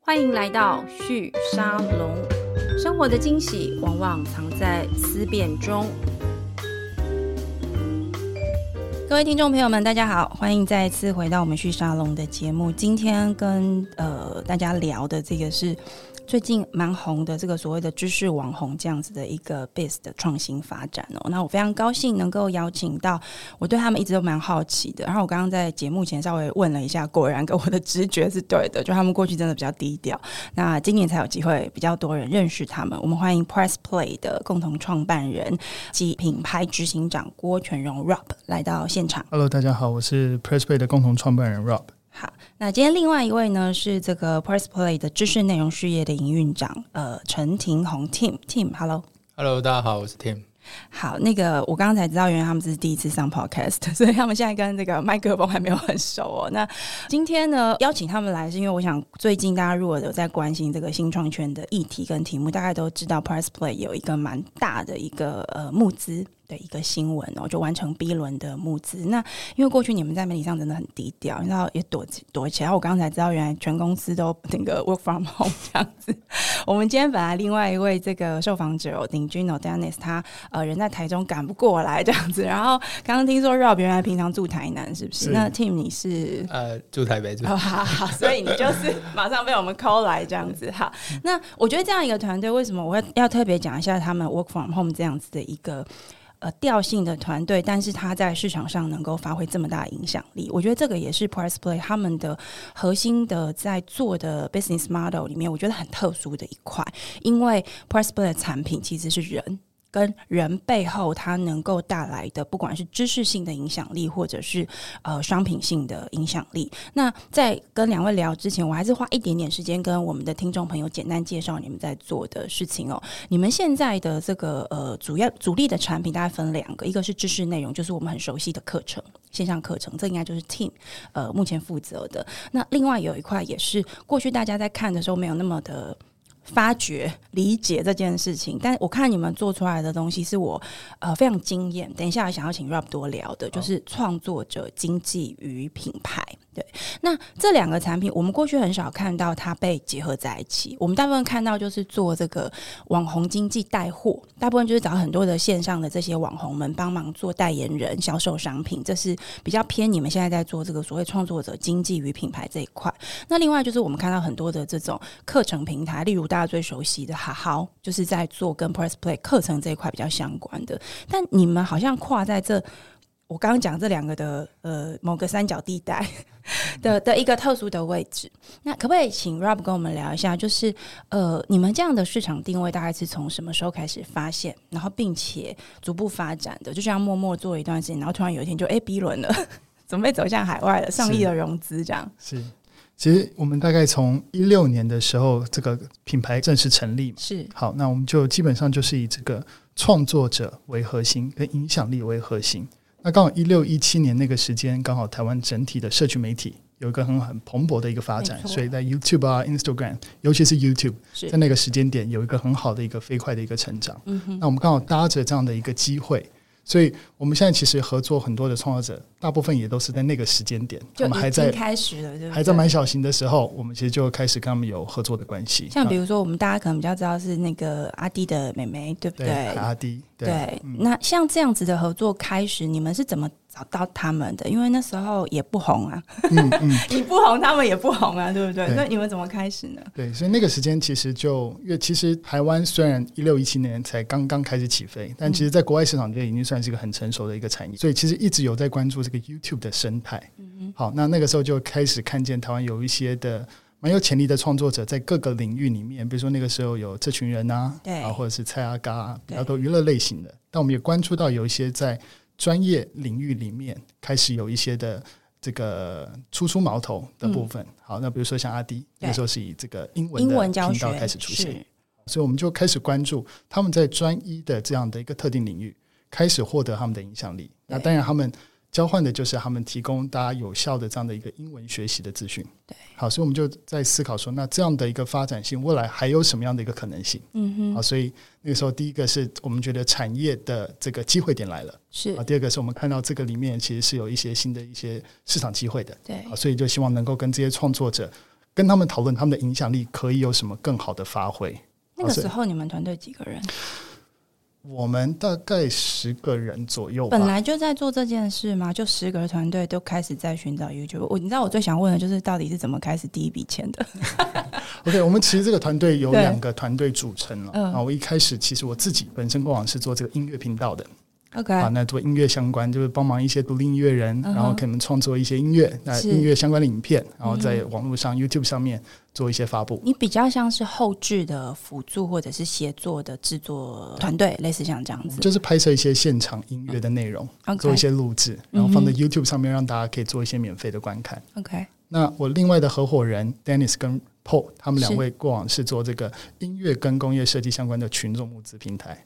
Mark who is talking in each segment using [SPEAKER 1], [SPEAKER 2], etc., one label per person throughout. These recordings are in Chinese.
[SPEAKER 1] 欢迎来到旭沙龙。生活的惊喜往往藏在思辨中。各位听众朋友们，大家好，欢迎再次回到我们旭沙龙的节目。今天跟呃大家聊的这个是最近蛮红的这个所谓的知识网红这样子的一个 base 的创新发展哦。那我非常高兴能够邀请到我对他们一直都蛮好奇的。然后我刚刚在节目前稍微问了一下，果然跟我的直觉是对的，就他们过去真的比较低调。那今年才有机会比较多人认识他们。我们欢迎 Press Play 的共同创办人及品牌执行长郭全荣 Rob 来到现场。
[SPEAKER 2] Hello，大家好，我是 PressPlay 的共同创办人 Rob。
[SPEAKER 1] 好，那今天另外一位呢是这个 Press Play 的知识内容事业的营运长，呃，陈廷红 Tim Tim，Hello。
[SPEAKER 3] Hello，大家好，我是 Tim。
[SPEAKER 1] 好，那个我刚刚才知道，原来他们是第一次上 podcast，所以 他们现在跟这个麦克风还没有很熟哦。那今天呢，邀请他们来，是因为我想最近大家如果有在关心这个新创圈的议题跟题目，大概都知道 Press Play 有一个蛮大的一个呃募资。的一个新闻哦，就完成 B 轮的募资。那因为过去你们在媒体上真的很低调，你知道也躲躲起来。我刚才知道，原来全公司都那个 work from home 这样子。我们今天本来另外一位这个受访者哦，鼎钧哦 Dennis，他呃人在台中赶不过来这样子。然后刚刚听说 Rob 原来平常住台南，是不是？
[SPEAKER 2] 是
[SPEAKER 1] 那 Tim 你是
[SPEAKER 3] 呃，住台北，住
[SPEAKER 1] 哦，好好，所以你就是 马上被我们 call 来这样子。好，那我觉得这样一个团队，为什么我会要特别讲一下他们 work from home 这样子的一个呃调性的团队，但是它在市场上能够发挥这么大的影响力，我觉得这个也是 Press Play 他们的核心的在做的 business model 里面，我觉得很特殊的一块，因为 Press Play 的产品其实是人。跟人背后，它能够带来的，不管是知识性的影响力，或者是呃商品性的影响力，那在跟两位聊之前，我还是花一点点时间跟我们的听众朋友简单介绍你们在做的事情哦。你们现在的这个呃主要主力的产品大概分两个，一个是知识内容，就是我们很熟悉的课程线上课程，这应该就是 Team 呃目前负责的。那另外有一块也是过去大家在看的时候没有那么的。发掘、理解这件事情，但我看你们做出来的东西是我呃非常惊艳。等一下想要请 Rob 多聊的，就是创作者经济与品牌。对，那这两个产品，我们过去很少看到它被结合在一起。我们大部分看到就是做这个网红经济带货，大部分就是找很多的线上的这些网红们帮忙做代言人、销售商品，这是比较偏你们现在在做这个所谓创作者经济与品牌这一块。那另外就是我们看到很多的这种课程平台，例如大家最熟悉的哈好，就是在做跟 Press Play 课程这一块比较相关的。但你们好像跨在这，我刚刚讲这两个的呃某个三角地带的 的一个特殊的位置。那可不可以请 Rob 跟我们聊一下，就是呃你们这样的市场定位大概是从什么时候开始发现，然后并且逐步发展的？就这样默默做了一段时间，然后突然有一天就哎 B 轮了。 准备走向海外了，上亿的融资这样
[SPEAKER 2] 是，其实我们大概从一六年的时候，这个品牌正式成立嘛。
[SPEAKER 1] 是
[SPEAKER 2] 好，那我们就基本上就是以这个创作者为核心，跟影响力为核心。那刚好一六一七年那个时间，刚好台湾整体的社区媒体有一个很很蓬勃的一个发展
[SPEAKER 1] 没，错
[SPEAKER 2] 所以在 YouTube 啊、Instagram，尤其是 YouTube，
[SPEAKER 1] 是
[SPEAKER 2] 在那个时间点有一个很好的一个飞快的一个成长。
[SPEAKER 1] 嗯哼，
[SPEAKER 2] 那我们刚好搭着这样的一个机会，所以我们现在其实合作很多的创作者，大部分也都是在那个时间点，
[SPEAKER 1] 就
[SPEAKER 2] 我们还
[SPEAKER 1] 已经
[SPEAKER 2] 在
[SPEAKER 1] 开始了，对不对？
[SPEAKER 2] 还在蛮小型的时候，我们其实就开始跟他们有合作的关系。啊
[SPEAKER 1] 像比如说，我们大家可能比较知道是那个阿弟的妹妹，对不
[SPEAKER 2] 对嗯阿迪，
[SPEAKER 1] 对，那像这样子的合作开始，你们是怎么找到他们的？因为那时候也不红啊，
[SPEAKER 2] 嗯嗯，
[SPEAKER 1] 你不红，他们也不红啊，对不对？
[SPEAKER 2] 对
[SPEAKER 1] 那你们怎么开始呢？
[SPEAKER 2] 对，所以那个时间其实就，因为其实台湾虽然一六一七年才刚刚开始起飞，但
[SPEAKER 1] 嗯
[SPEAKER 2] 其实在国外市场就已经算是一个很成熟的一个产业，所以其实一直有在关注这个 YouTube 的生态。
[SPEAKER 1] 嗯
[SPEAKER 2] 好，那那个时候就开始看见台湾有一些的蛮有潜力的创作者在各个领域里面，比如说那个时候有这群人啊，
[SPEAKER 1] 对
[SPEAKER 2] 啊或者是蔡阿嘎、啊，比较
[SPEAKER 1] 对
[SPEAKER 2] 多娱乐类型的，但我们也关注到有一些在专业领域里面开始有一些的这个出出矛头的部分。好，那比如说像阿迪，
[SPEAKER 1] 嗯对
[SPEAKER 2] 那时候是以这个英文
[SPEAKER 1] 英
[SPEAKER 2] 的
[SPEAKER 1] 文教
[SPEAKER 2] 频道
[SPEAKER 1] 学
[SPEAKER 2] 开始出现，
[SPEAKER 1] 是
[SPEAKER 2] 所以我们就开始关注他们在专一的这样的一个特定领域，开始获得他们的影响力。那当然，他们交换的就是他们提供大家有效的这样的一个英文学习的资讯。
[SPEAKER 1] 对，
[SPEAKER 2] 好，所以我们就在思考说，那这样的一个发展性，未来还有什么样的一个可能性？
[SPEAKER 1] 嗯
[SPEAKER 2] 啊，
[SPEAKER 1] 哼，
[SPEAKER 2] 所以那个时候，第一个是我们觉得产业的这个机会点来了啊，
[SPEAKER 1] 是
[SPEAKER 2] 第二个是我们看到这个里面其实是有一些新的一些市场机会的
[SPEAKER 1] 对
[SPEAKER 2] 啊，所以就希望能够跟这些创作者跟他们讨论他们的影响力可以有什么更好的发挥。
[SPEAKER 1] 那个
[SPEAKER 2] 好所以
[SPEAKER 1] 时候你们团队几个人？
[SPEAKER 2] 我们大概十个人左右吧，
[SPEAKER 1] 本来就在做这件事嘛，就十个团队都开始在寻找 YouTube。我你知道我最想问的就是到底是怎么开始第一笔钱的？
[SPEAKER 2] OK，我们其实这个团队有
[SPEAKER 1] 对
[SPEAKER 2] 两个团队组成了。
[SPEAKER 1] 嗯
[SPEAKER 2] 啊，我一开始其实我自己本身过往是做这个音乐频道的，
[SPEAKER 1] OK，
[SPEAKER 2] 啊，那做音乐相关就是帮忙一些独立音乐人，
[SPEAKER 1] 嗯哼
[SPEAKER 2] 然后给他们创作一些音乐，那
[SPEAKER 1] 是嗯
[SPEAKER 2] 音乐相关的影片，然后在网络上、YouTube 上面做一些发布。
[SPEAKER 1] 你比较像是后置的辅助或者是协作的制作团队，类似像这样子。
[SPEAKER 2] 嗯就是拍摄一些现场音乐的内容，做
[SPEAKER 1] OK
[SPEAKER 2] 一些录制，然后放在
[SPEAKER 1] 嗯
[SPEAKER 2] YouTube 上面，让大家可以做一些免费的观看。
[SPEAKER 1] OK，
[SPEAKER 2] 那我另外的合伙人 Dennis 跟 Paul，他们两
[SPEAKER 1] 是
[SPEAKER 2] 位过往是做这个音乐跟工业设计相关的群众募资平台。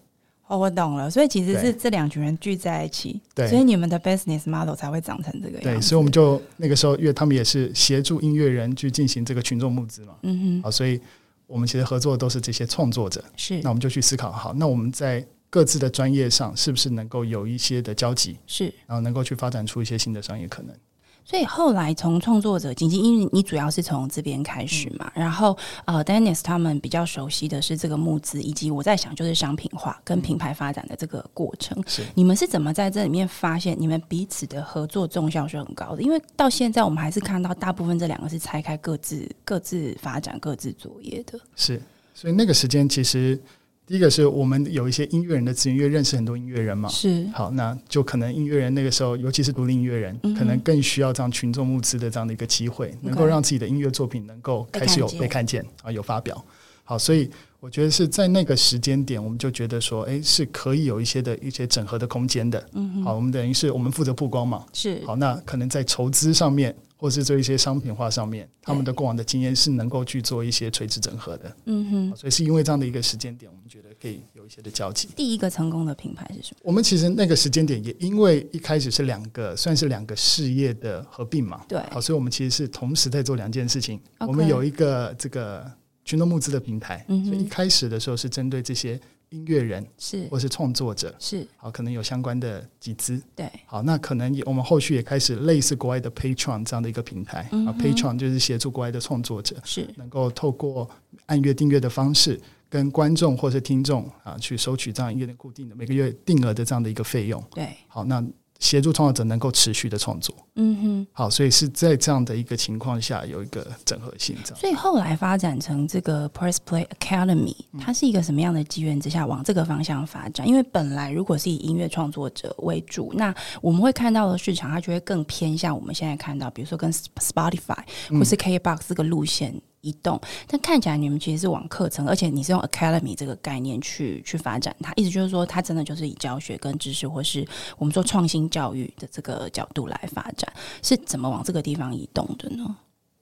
[SPEAKER 1] 哦，我懂了。所以其实
[SPEAKER 2] 对
[SPEAKER 1] 是这两群人聚在一起，
[SPEAKER 2] 对
[SPEAKER 1] 所以你们的 business model 才会长成这个样子。
[SPEAKER 2] 对，所以我们就那个时候，因为他们也是协助音乐人去进行这个群众募资嘛，
[SPEAKER 1] 嗯
[SPEAKER 2] 好，所以我们其实合作的都是这些创作者。
[SPEAKER 1] 哼，是
[SPEAKER 2] 那我们就去思考，好，那我们在各自的专业上是不是能够有一些的交集，
[SPEAKER 1] 是。
[SPEAKER 2] 然后能够去发展出一些新的商业可能？
[SPEAKER 1] 所以后来从创作者经济，因为你主要是从这边开始嘛，
[SPEAKER 2] 嗯
[SPEAKER 1] 然后呃，Dennis 他们比较熟悉的是这个募资，以及我在想就是商品化
[SPEAKER 2] 嗯
[SPEAKER 1] 跟品牌发展的这个过程。
[SPEAKER 2] 是
[SPEAKER 1] 你们是怎么在这里面发现你们彼此的合作重效是很高的？因为到现在我们还是看到大部分这两个是拆开各自各自发展、各自作业的。
[SPEAKER 2] 是，所以那个时间其实第一个是我们有一些音乐人的资源，因为认识很多音乐人嘛。
[SPEAKER 1] 是
[SPEAKER 2] 好，那就可能音乐人那个时候，尤其是独立音乐人，
[SPEAKER 1] 嗯哼
[SPEAKER 2] 可能更需要这样群众募资的这样的一个机会，能够让自己的音乐作品能够开始有
[SPEAKER 1] 被
[SPEAKER 2] 被看见啊，有发表。好，所以我觉得是在那个时间点，我们就觉得说，哎，是可以有一些的一些整合的空间的。
[SPEAKER 1] 嗯哼
[SPEAKER 2] 好，我们等于是我们负责曝光嘛。
[SPEAKER 1] 是
[SPEAKER 2] 好，那可能在筹资上面，或是做一些商品化上面，他们的过往的经验是能够去做一些垂直整合的。
[SPEAKER 1] 嗯哼。
[SPEAKER 2] 所以是因为这样的一个时间点，我们觉得可以有一些的交集。
[SPEAKER 1] 第一个成功的品牌是什么？
[SPEAKER 2] 我们其实那个时间点也因为一开始是两个，算是两个事业的合并嘛。
[SPEAKER 1] 对
[SPEAKER 2] 好，所以我们其实是同时在做两件事情。
[SPEAKER 1] OK
[SPEAKER 2] 我们有一个这个群众募资的平台，
[SPEAKER 1] 嗯哼
[SPEAKER 2] 所以一开始的时候是针对这些音乐人
[SPEAKER 1] 是
[SPEAKER 2] 或是创作者，
[SPEAKER 1] 是，
[SPEAKER 2] 好，可能有相关的集资。
[SPEAKER 1] 对，
[SPEAKER 2] 好，那可能也我们后续也开始类似国外的 Patreon 这样的一个平台、
[SPEAKER 1] 嗯
[SPEAKER 2] 啊
[SPEAKER 1] 哼
[SPEAKER 2] ，Patreon 就是协助国外的创作者，
[SPEAKER 1] 是
[SPEAKER 2] 能够透过按月订阅的方式，跟观众或是听众啊去收取这样一个固定的每个月定额的这样的一个费用。
[SPEAKER 1] 对，
[SPEAKER 2] 好，那协助创作者能够持续的创作。
[SPEAKER 1] 嗯哼。
[SPEAKER 2] 好，所以是在这样的一个情况下有一个整合性这样。
[SPEAKER 1] 所以后来发展成这个 Press Play Academy，它
[SPEAKER 2] 嗯
[SPEAKER 1] 是一个什么样的机缘之下往这个方向发展？因为本来如果是以音乐创作者为主，那我们会看到的市场，它就会更偏向我们现在看到，比如说跟 Sp-
[SPEAKER 2] 嗯
[SPEAKER 1] Spotify 或是 KBox 这个路线移动。但看起来你们其实是往课程，而且你是用 Academy 这个概念去去发展它，意思就是说，它真的就是以教学跟知识，或是我们说创新教育的这个角度来发展，是怎么往这个地方移动的呢？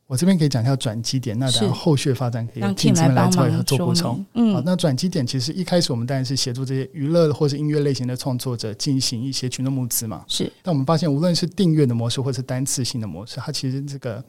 [SPEAKER 2] 我这边可以讲一下转机点，那
[SPEAKER 1] 是
[SPEAKER 2] 然后后续发展可以
[SPEAKER 1] 让
[SPEAKER 2] 听
[SPEAKER 1] Tim
[SPEAKER 2] 这边来
[SPEAKER 1] 帮
[SPEAKER 2] 做
[SPEAKER 1] 忙
[SPEAKER 2] 做补
[SPEAKER 1] 说
[SPEAKER 2] 充
[SPEAKER 1] 明。。嗯
[SPEAKER 2] 好，那转机点其实一开始我们当然是协助这些娱乐或是音乐类型的创作者进行一些群众募资嘛。
[SPEAKER 1] 是
[SPEAKER 2] 但我们发现，无论是订阅的模式或是单次性的模式，它其实这个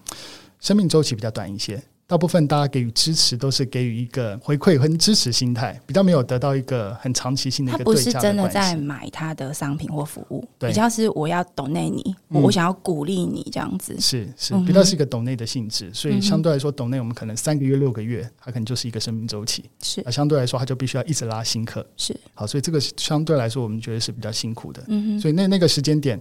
[SPEAKER 2] 生命周期比较短一些。大部分大家给予支持都是给予一个回馈和支持心态，比较没有得到一个很长期性的一
[SPEAKER 1] 他
[SPEAKER 2] 个
[SPEAKER 1] 不
[SPEAKER 2] 对
[SPEAKER 1] 是
[SPEAKER 2] 价
[SPEAKER 1] 真的
[SPEAKER 2] 关
[SPEAKER 1] 在
[SPEAKER 2] 系。
[SPEAKER 1] 买他的商品或服务，
[SPEAKER 2] 对
[SPEAKER 1] 比较是我要 donate 你，我
[SPEAKER 2] 嗯
[SPEAKER 1] 我想要鼓励你这样子。
[SPEAKER 2] 是
[SPEAKER 1] 嗯
[SPEAKER 2] 是
[SPEAKER 1] 哼，
[SPEAKER 2] 比较是一个懂内的性质，所
[SPEAKER 1] 嗯
[SPEAKER 2] 以
[SPEAKER 1] 哼
[SPEAKER 2] 相对来说，懂内我们可能三个月、六个月，它可能就是一个生命周期，
[SPEAKER 1] 是
[SPEAKER 2] 那相对来说，它就必须要一直拉新客。
[SPEAKER 1] 是，
[SPEAKER 2] 好，所以这个是相对来说，我们觉得是比较辛苦的。
[SPEAKER 1] 嗯哼，
[SPEAKER 2] 所以那那个时间点，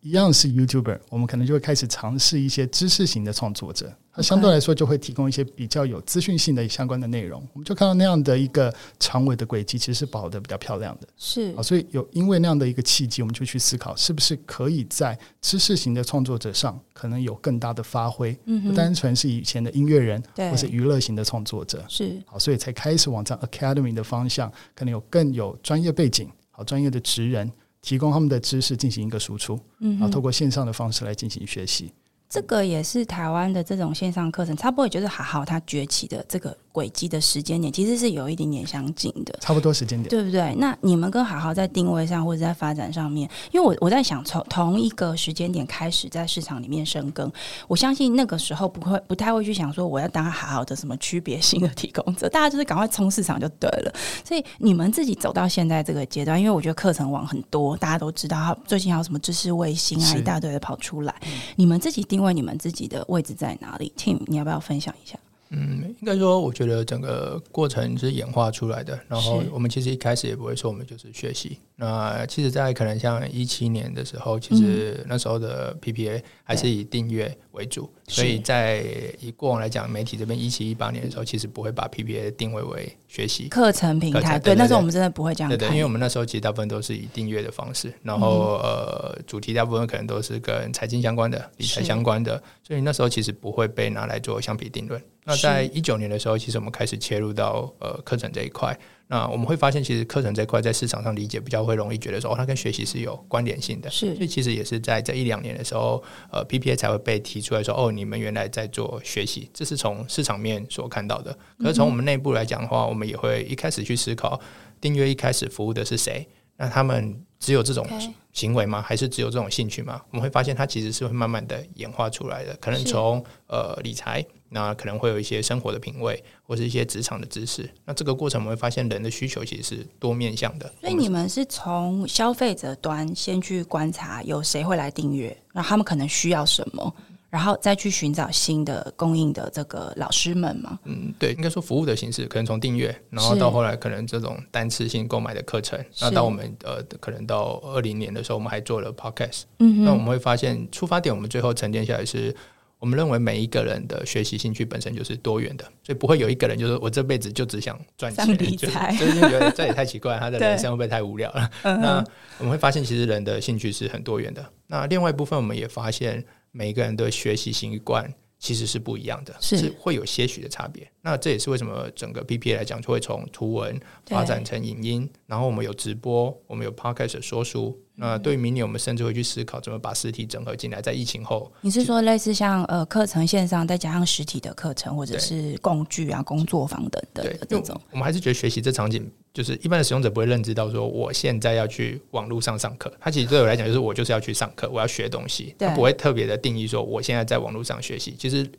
[SPEAKER 2] 一样是 YouTuber，我们可能就会开始尝试一些知识型的创作者，他
[SPEAKER 1] OK
[SPEAKER 2] 相对来说就会提供一些比较有资讯性的相关的内容。我们就看到那样的一个长尾的轨迹，其实是跑得比较漂亮的。
[SPEAKER 1] 是
[SPEAKER 2] 好，所以有因为那样的一个契机，我们就去思考，是不是可以在知识型的创作者上，可能有更大的发挥，
[SPEAKER 1] 嗯
[SPEAKER 2] 不
[SPEAKER 1] 哼，
[SPEAKER 2] 单纯是以前的音乐人
[SPEAKER 1] 对
[SPEAKER 2] 或是娱乐型的创作者。
[SPEAKER 1] 是
[SPEAKER 2] 好，所以才开始往这样 academy 的方向，可能有更有专业背景、好专业的职人提供他们的知识进行一个输出，
[SPEAKER 1] 嗯
[SPEAKER 2] 然后
[SPEAKER 1] 哼
[SPEAKER 2] 透过线上的方式来进行学习。
[SPEAKER 1] 这个也是台湾的这种线上课程，差不多也就是好好它崛起的这个轨迹的时间点，其实是有一点点相近的。
[SPEAKER 2] 差不多时间点。
[SPEAKER 1] 对不对？那你们跟好好在定位上或者在发展上面，因为我我在想从同一个时间点开始在市场里面深耕，我相信那个时候不会不太会去想说我要当好好的什么区别性的提供者，大家就是赶快冲市场就对了。所以你们自己走到现在这个阶段，因为我觉得课程网很多，大家都知道，还有最近还有什么知识卫星啊，
[SPEAKER 2] 是嗯
[SPEAKER 1] 一大堆的跑出来。你们自己定位你们自己的位置在哪里？Tim，你要不要分享一下？
[SPEAKER 3] 嗯，应该说，我觉得整个过程是演化出来的。然后
[SPEAKER 1] 是
[SPEAKER 3] 我们其实一开始也不会说我们就是学习。那其实，在可能像一七年的时候，其
[SPEAKER 1] 嗯
[SPEAKER 3] 实那时候的 PPA 还是以订阅为主，
[SPEAKER 1] 是
[SPEAKER 3] 所以在以过往来讲，媒体这边一七一八年的时候，其实不会把 PPA 定位为学习。
[SPEAKER 1] 课程平
[SPEAKER 3] 课
[SPEAKER 1] 台，
[SPEAKER 3] 程
[SPEAKER 1] 对，
[SPEAKER 3] 对对
[SPEAKER 1] 那时候我们真的不会这样
[SPEAKER 3] 对
[SPEAKER 1] 看，嗯
[SPEAKER 3] 对，因为我们那时候其实大部分都是以订阅的方式，然后、呃，主题大部分可能都是跟财经相关的、理财
[SPEAKER 1] 是
[SPEAKER 3] 相关的，所以那时候其实不会被拿来做相比定论。那
[SPEAKER 1] 是
[SPEAKER 3] 在一九年的时候，其实我们开始切入到呃课程这一块，那我们会发现，其实课程这一块在市场上理解比较会容易觉得说，哦，它跟学习是有关联性的。
[SPEAKER 1] 是
[SPEAKER 3] 所以其实也是在这一两年的时候，呃，PPA 才会被提出来说，哦，你们原来在做学习，这是从市场面所看到的。可是从我们内部来讲的话，我们也会一开始去思考，订阅一开始服务的是谁？那他们只有这种
[SPEAKER 1] OK
[SPEAKER 3] 行为吗？还是只有这种兴趣吗？我们会发现，它其实是会慢慢的演化出来的。可能
[SPEAKER 1] 是
[SPEAKER 3] 从呃理财，那可能会有一些生活的品味，或是一些职场的知识。那这个过程，我们会发现人的需求其实是多面向的。
[SPEAKER 1] 所以你们是从消费者端先去观察有谁会来订阅，然后他们可能需要什么，然后再去寻找新的供应的这个老师们嘛？
[SPEAKER 3] 嗯，对，应该说服务的形式，可能从订阅，然后
[SPEAKER 1] 是
[SPEAKER 3] 到后来可能这种单次性购买的课程。那
[SPEAKER 1] 是
[SPEAKER 3] 到我们呃，可能到二零年的时候，我们还做了 podcast。
[SPEAKER 1] 嗯
[SPEAKER 3] 那我
[SPEAKER 1] 哼，
[SPEAKER 3] 们会发现，出发点我们最后沉淀下来是，我们认为每一个人的学习兴趣本身就是多元的，所以不会有一个人就是我这辈子就只想赚钱
[SPEAKER 1] 想理
[SPEAKER 3] 就是
[SPEAKER 1] 财
[SPEAKER 3] 就是觉得 这也太奇怪，他的
[SPEAKER 1] 对
[SPEAKER 3] 人生会不会太无聊 了？
[SPEAKER 1] 嗯
[SPEAKER 3] 那我们会发现，其实人的兴趣是很多元的。那另外一部分，我们也发现每一个人的学习习惯。其实是不一样的，
[SPEAKER 1] 是
[SPEAKER 3] 会有些许的差别。那这也是为什么整个 PPA 来讲，就会从图文
[SPEAKER 1] 对
[SPEAKER 3] 发展成影音，然后我们有直播，我们有 podcast 的说书。那对于明年，我们甚至会去思考怎么把实体整合进来，在疫情后，
[SPEAKER 1] 你是说类似像呃课程线上再加上实体的课程，或者
[SPEAKER 3] 对
[SPEAKER 1] 是工具啊、工作坊等等的，
[SPEAKER 3] 对因
[SPEAKER 1] 这
[SPEAKER 3] 为
[SPEAKER 1] 种？
[SPEAKER 3] 我们还是觉得学习这场景，就是一般的使用者不会认知到说，我现在要去网络上上课。他其实对我来讲，就是我就是要去上课，我要学东西，
[SPEAKER 1] 对
[SPEAKER 3] 他不会特别的定义说我现在在网络上学习。其实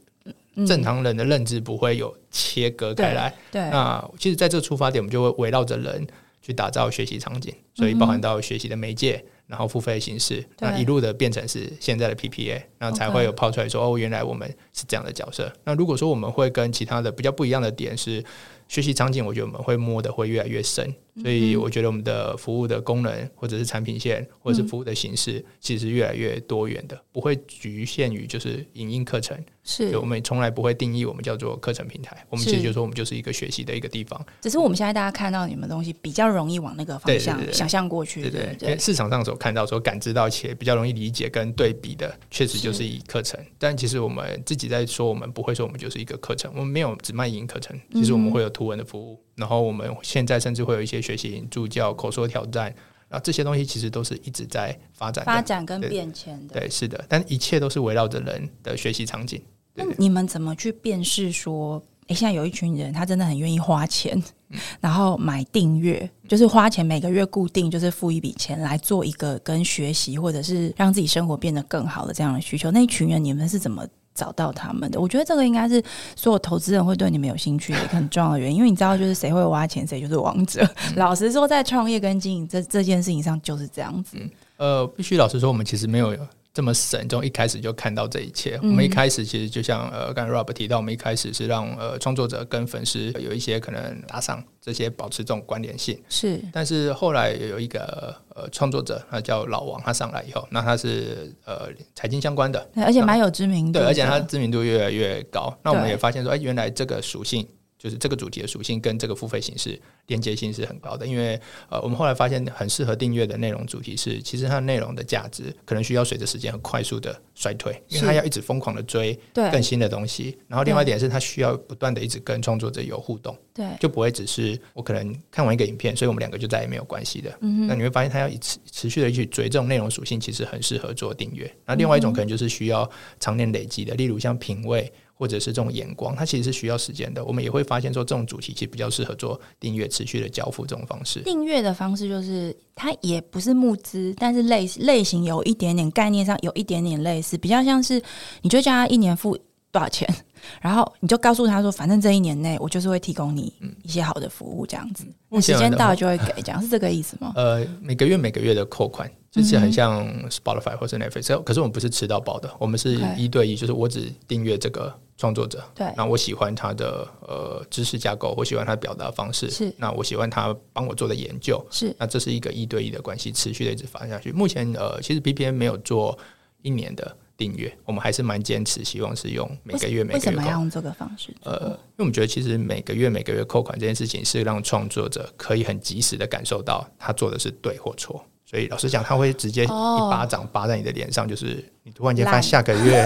[SPEAKER 1] 嗯
[SPEAKER 3] 正常人的认知不会有切割开来。
[SPEAKER 1] 对，
[SPEAKER 3] 那其实在这个出发点，我们就会围绕着人去打造学习场景，所以包含到学习的媒介，然后付费的形式，
[SPEAKER 1] 嗯对
[SPEAKER 3] 那一路的变成是现在的 PPA，那才会有抛出来说哦，原来我们是这样的角色。那如果说我们会跟其他的比较不一样的点是，学习场景，我觉得我们会摸的会越来越深，
[SPEAKER 1] 嗯
[SPEAKER 3] 所以我觉得我们的服务的功能或者是产品线或
[SPEAKER 1] 嗯
[SPEAKER 3] 者是服务的形式，其实越来越多元的，不会局限于就是影音课程。对，
[SPEAKER 1] 是
[SPEAKER 3] 我。们从来不会定义我们叫做课程平台，我们
[SPEAKER 1] 是
[SPEAKER 3] 其实就说我们就是一个学习的一个地方。
[SPEAKER 1] 只是我们现在大家看到你们东西比较容易往那个方
[SPEAKER 3] 对对
[SPEAKER 1] 向
[SPEAKER 3] 对对
[SPEAKER 1] 想象过去，
[SPEAKER 3] 对
[SPEAKER 1] 对
[SPEAKER 3] 对
[SPEAKER 1] 不，
[SPEAKER 3] 因为市场上所看到、所感知到且比较容易理解跟对比的，确实就是以课程。但其实我们自己在说，我们不会说我们就是一个课程，我们没有只卖影音课程。其实我们会有图文的服务，然后我们现在甚至会有一些学习营助教、口说挑战，然后这些东西其实都是一直在发展的。
[SPEAKER 1] 发展跟
[SPEAKER 3] 对
[SPEAKER 1] 变迁的。
[SPEAKER 3] 对，是的，但一切都是围绕着人的学习场景。
[SPEAKER 1] 那
[SPEAKER 3] 对对
[SPEAKER 1] 你们怎么去辨识说，诶，现在有一群人他真的很愿意花钱，然后买订阅，就是花钱每个月固定就是付一笔钱来做一个跟学习或者是让自己生活变得更好的这样的需求？那一群人你们是怎么？找到他们的，我觉得这个应该是所有投资人会对你们有兴趣的一个很重要的原因，因为你知道，就是谁会挖钱，谁就是王者。
[SPEAKER 3] 嗯
[SPEAKER 1] 老实说，在创业跟经营这这件事情上就是这样子。
[SPEAKER 3] 呃，必须老实说，我们其实没有这么神，从一开始就看到这一切。
[SPEAKER 1] 嗯
[SPEAKER 3] 我们一开始其实就像呃，刚才 Rob 提到，我们一开始是让呃创作者跟粉丝有一些可能打赏，这些保持这种关联性。
[SPEAKER 1] 是
[SPEAKER 3] 但是后来有一个呃创作者，他叫老王，他上来以后，那他是呃财经相关的，
[SPEAKER 1] 对而且蛮有知名度
[SPEAKER 3] 对，
[SPEAKER 1] 的，
[SPEAKER 3] 而且它知名度越来越高。那我们
[SPEAKER 1] 对
[SPEAKER 3] 也发现说，哎，原来这个属性。就是这个主题的属性跟这个付费形式连接性是很高的，因为呃，我们后来发现很适合订阅的内容主题是，其实它的内容的价值可能需要随着时间很快速的衰退，因为它
[SPEAKER 1] 是
[SPEAKER 3] 要一直疯狂的追更
[SPEAKER 1] 对
[SPEAKER 3] 新的东西。然后另外一点是，它需要不断的一直跟创作者有互动，
[SPEAKER 1] 对，
[SPEAKER 3] 就不会只是我可能看完一个影片，所以我们两个就再也没有关系的。
[SPEAKER 1] 嗯
[SPEAKER 3] 那
[SPEAKER 1] 哼，
[SPEAKER 3] 你会发现它要一持持续的去追这种内容属性，其实很适合做订阅。那另外一种可能就是需要常年累积的，例如像品味或者是这种眼光，它其实是需要时间的。我们也会发现说，这种主题其实比较适合做订阅持续的交付这种方式。
[SPEAKER 1] 订阅的方式就是它也不是募资，但是类类型有一点点概念上有一点点类似，比较像是你就叫他一年付多少钱，然后你就告诉他说，反正这一年内我就是会提供你一些好的服务这样子，那时间到了就会给，这样是这 个意思吗？
[SPEAKER 3] 呃，每个月每个月的扣款，就是
[SPEAKER 1] 嗯
[SPEAKER 3] 很像 Spotify 或者 Netflix，、可是我们不是吃到饱的，我们是
[SPEAKER 1] OK
[SPEAKER 3] 一对一，就是我只订阅这个创作者，
[SPEAKER 1] 对
[SPEAKER 3] 那我喜欢他的呃知识架构，我喜欢他表达方式，
[SPEAKER 1] 是
[SPEAKER 3] 那我喜欢他帮我做的研究，
[SPEAKER 1] 是
[SPEAKER 3] 那这是一个一对一的关系，持续的一直发下去。目前呃，其实 B P N 没有做一年的订阅，我们还是蛮坚持，希望是用每个月每
[SPEAKER 1] 为
[SPEAKER 3] 个
[SPEAKER 1] 什
[SPEAKER 3] 月
[SPEAKER 1] 么要
[SPEAKER 3] 扣。
[SPEAKER 1] 用这个方式？
[SPEAKER 3] 呃，因为我们觉得其实每个月每个月扣款这件事情是让创作者可以很及时的感受到他做的是对或错。所以老实讲，他会直接一
[SPEAKER 1] 哦
[SPEAKER 3] 巴掌扒在你的脸上，就是你突然间发
[SPEAKER 1] 烂
[SPEAKER 3] 现下个 月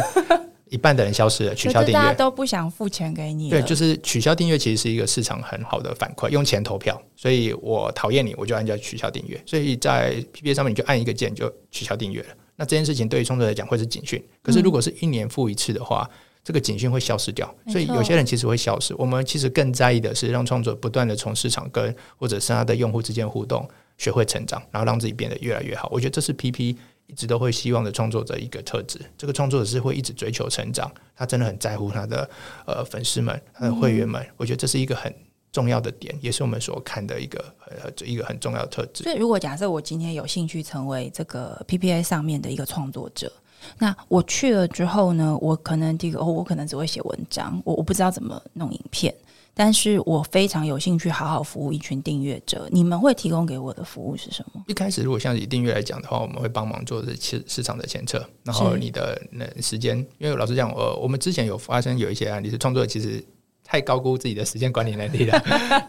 [SPEAKER 3] 一半的人消失了，取
[SPEAKER 1] 就
[SPEAKER 3] 消
[SPEAKER 1] 是
[SPEAKER 3] 订
[SPEAKER 1] 大家
[SPEAKER 3] 阅。
[SPEAKER 1] 都不想付钱给你了，
[SPEAKER 3] 对，就是取消订阅其实是一个市场很好的反馈，用钱投票。所以我讨厌你，我就按下取消订阅。所以在 PPA 上面你就按一个键就取消订阅了。那这件事情对于创作者来讲会是警讯，
[SPEAKER 1] 嗯
[SPEAKER 3] 可是如果是一年付一次的话，这个警讯会消失掉。
[SPEAKER 1] 没
[SPEAKER 3] 所以
[SPEAKER 1] 错
[SPEAKER 3] 有些人其实会消失。我们其实更在意的是让创作者不断的从市场跟或者是他的用户之间互动，学会成长，然后让自己变得越来越好。我觉得这是 PP 一直都会希望的创作者一个特质。这个创作者是会一直追求成长，他真的很在乎他的呃粉丝们、他
[SPEAKER 1] 嗯
[SPEAKER 3] 的会员们。我觉得这是一个很重要的点，也是我们所看的一个呃一个很重要的特质。
[SPEAKER 1] 所以，如果假设我今天有兴趣成为这个 PPA 上面的一个创作者，那我去了之后呢，我可能第一个，哦，我可能只会写文章，我我不知道怎么弄影片，但是我非常有兴趣好好服务一群订阅者。你们会提供给我的服务是什么？
[SPEAKER 3] 一开始如果像以订阅来讲的话，我们会帮忙做的市市场的前测，然后
[SPEAKER 1] 是
[SPEAKER 3] 你的那时间，因为老实讲，呃，我们之前有发生有一些案例是创作者其实太高估自己的时间管理能力 了，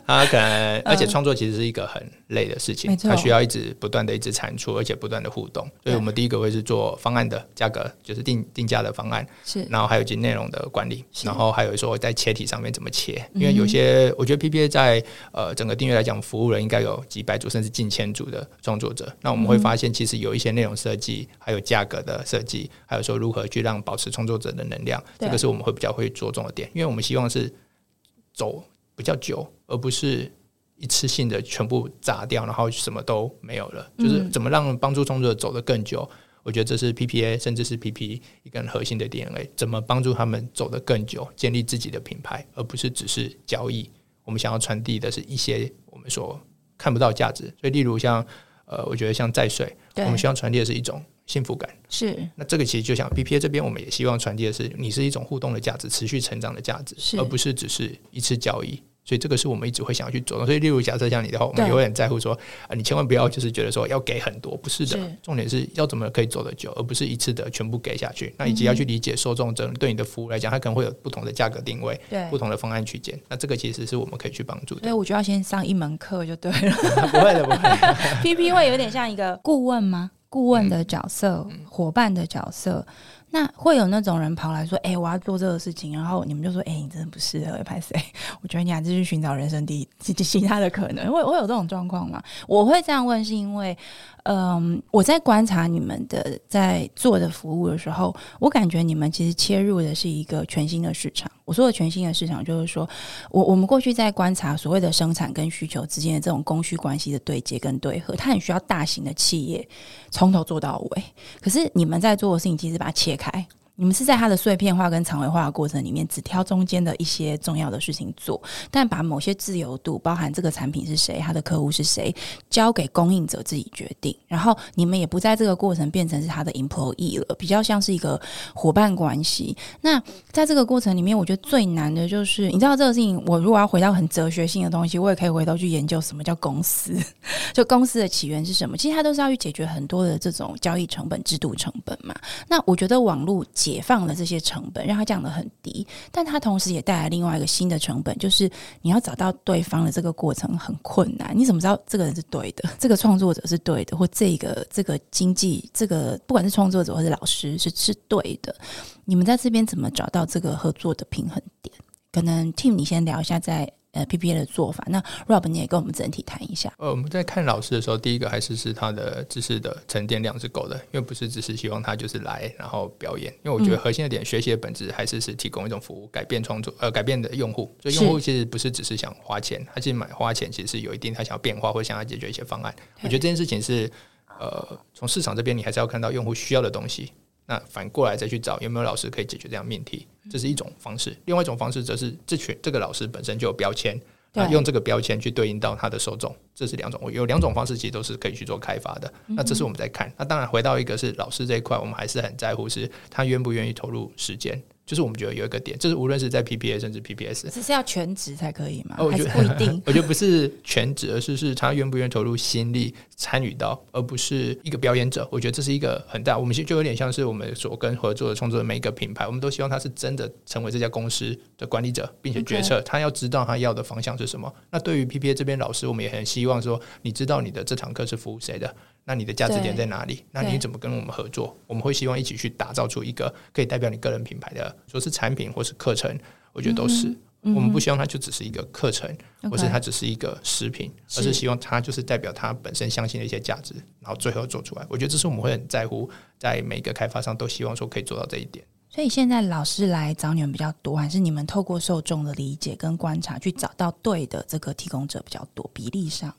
[SPEAKER 3] 他可能而且创作其实是一个很累的事
[SPEAKER 1] 嗯
[SPEAKER 3] 情
[SPEAKER 1] 没，错
[SPEAKER 3] 他需要一直不断的一直产出，而且不断的互动，所以我们第一个会是做方案的价格，就是定定价的方案，
[SPEAKER 1] 是
[SPEAKER 3] 然后还有及内容的管理，
[SPEAKER 1] 是嗯
[SPEAKER 3] 然后还有说在切题上面怎么切，因为有些我觉得 PPA 在呃整个订阅来讲，服务人应该有几百组甚至近千组的创作者，那我们会发现其实有一些内容设计，还有价格的设计，还有说如何去让保持创作者的能量，
[SPEAKER 1] 对
[SPEAKER 3] 这个是我们会比较会着重的点，因为我们希望是走比较久，而不是。一次性的全部砸掉，然后什么都没有了，就是
[SPEAKER 1] 嗯
[SPEAKER 3] 怎么让帮助创作者走得更久，我觉得这是 PPA 甚至是 PP 一个很核心的 DNA，怎么帮助他们走得更久，建立自己的品牌，而不是只是交易。我们想要传递的是一些我们所看不到的价值。所以，例如像呃，我觉得像在水，我
[SPEAKER 1] 对
[SPEAKER 3] 们希望传递的是一种幸福感。
[SPEAKER 1] 是
[SPEAKER 3] 那这个其实就像 PPA 这边，我们也希望传递的是，你是一种互动的价值，持续成长的价
[SPEAKER 1] 是
[SPEAKER 3] 值，而不是只是一次交易。所以这个是我们一直会想要去做的。所以，例如假设像你的话，我
[SPEAKER 1] 对
[SPEAKER 3] 们也会很在乎说，啊，你千万不要就是觉得说要给很多，不是的。
[SPEAKER 1] 是
[SPEAKER 3] 重点是要怎么可以走得久，而不是一次的全部给下去。那以及要去理解受众者对你的服务来讲，它可能会有不同的价格定位、
[SPEAKER 1] 对
[SPEAKER 3] 不。同的方案区间。那这个其实是我们可以去帮助
[SPEAKER 1] 所
[SPEAKER 3] 的
[SPEAKER 1] 以。我就要先上一门课就对了。
[SPEAKER 3] 不会的，不会的。
[SPEAKER 1] PP 会有点像一个顾问吗？顾问的角色，伙伴的角色。那会有那种人跑来说：“哎、我要做这个事情。”然后你们就说：“哎、你真的不适合拍谁？ 我觉得你还是去寻找人生第一其其其他的可能。”会会有这种状况吗？我会这样问，是因为，嗯，我在观察你们的在做的服务的时候，我感觉你们其实切入的是一个全新的市场。我说的全新的市场，就是说我我们过去在观察所谓的生产跟需求之间的这种供需关系的对接跟对合，它很需要大型的企业从头做到尾。可是你们在做的事情，其实把它切开。你们是在它的碎片化跟长尾化的过程里面，只挑中间的一些重要的事情做，但把某些自由度，包含这个产品是谁、它的客户是谁，交给供应者自己决定。然后你们也不在这个过程变成是他的 employee 了，比较像是一个伙伴关系。那在这个过程里面，我觉得最难的就是，你知道这个事情，我如果要回到很哲学性的东西，我也可以回头去研究什么叫公司， 就公司的起源是什么。其实它都是要去解决很多的这种交易成本、制度成本嘛。那我觉得网络解放了这些成本，让它降得很低，但它同时也带来另外一个新的成本，就是你要找到对方的这个过程很困难。你怎么知道这个人是对的，这个创作者是对的，或这个这个经济这个不管是创作者或是老师是是对的？你们在这边怎么找到这个合作的平衡点？可能 Tim，你先聊一下在呃 PPA 的做法。那 Rob 你也跟我们整体谈一下。
[SPEAKER 3] 呃，我们在看老师的时候，第一个还是是他的知识的沉淀量是够的，因为不是只是希望他就是来然后表演，因为我觉得核心的点，学习的本质还是是提供一种服务，改变创作呃改变的用户，所以用户其实不是只是想花钱，他其实买花钱其实是有一定他想要变化或想要解决一些方案。我觉得这件事情是呃从市场这边你还是要看到用户需要的东西，那反过来再去找有没有老师可以解决这样命题，这是一种方式。另外一种方式则是这群这个老师本身就有标签。
[SPEAKER 1] 对
[SPEAKER 3] 那用这个标签去对应到它的受众，这是两种，有两种方式其实都是可以去做开发的。那这是我们在看。那当然回到一个是老师这一块，我们还是很在乎是他愿不愿意投入时间。就是我们觉得有一个点，就是无论是在 PPA 甚至 PPS，
[SPEAKER 1] 只是要全职才可以吗？
[SPEAKER 3] 哦我
[SPEAKER 1] 还
[SPEAKER 3] 觉
[SPEAKER 1] 是
[SPEAKER 3] 得？
[SPEAKER 1] 不一定
[SPEAKER 3] 我觉得不是全职，而是是他愿不愿意投入心力参与到，而不是一个表演者。我觉得这是一个很大，我们其实就有点像是我们所跟合作的创作的每一个品牌，我们都希望他是真的成为这家公司的管理者，并且决策他要知道他要的方向是什么。那对于 PPA 这边老师，我们也很希望说，你知道你的这堂课是服务谁的，那你的价值点在哪里？那你怎么跟我们合作？我们会希望一起去打造出一个可以代表你个人品牌的，说是产品或是课程，我觉得都是。
[SPEAKER 1] 嗯
[SPEAKER 3] 我们不希望它就只是一个课程， 或是
[SPEAKER 1] OK
[SPEAKER 3] 它只是一个食品，而
[SPEAKER 1] 是
[SPEAKER 3] 是希望它就是代表它本身相信的一些价值，然后最后做出来。我觉得这是我们会很在乎，在每个开发商都希望说可以做到这一点。
[SPEAKER 1] 所以现在老师来找你们比较多，还是你们透过受众的理解跟观察去找到对的这个提供者比较多？比例上，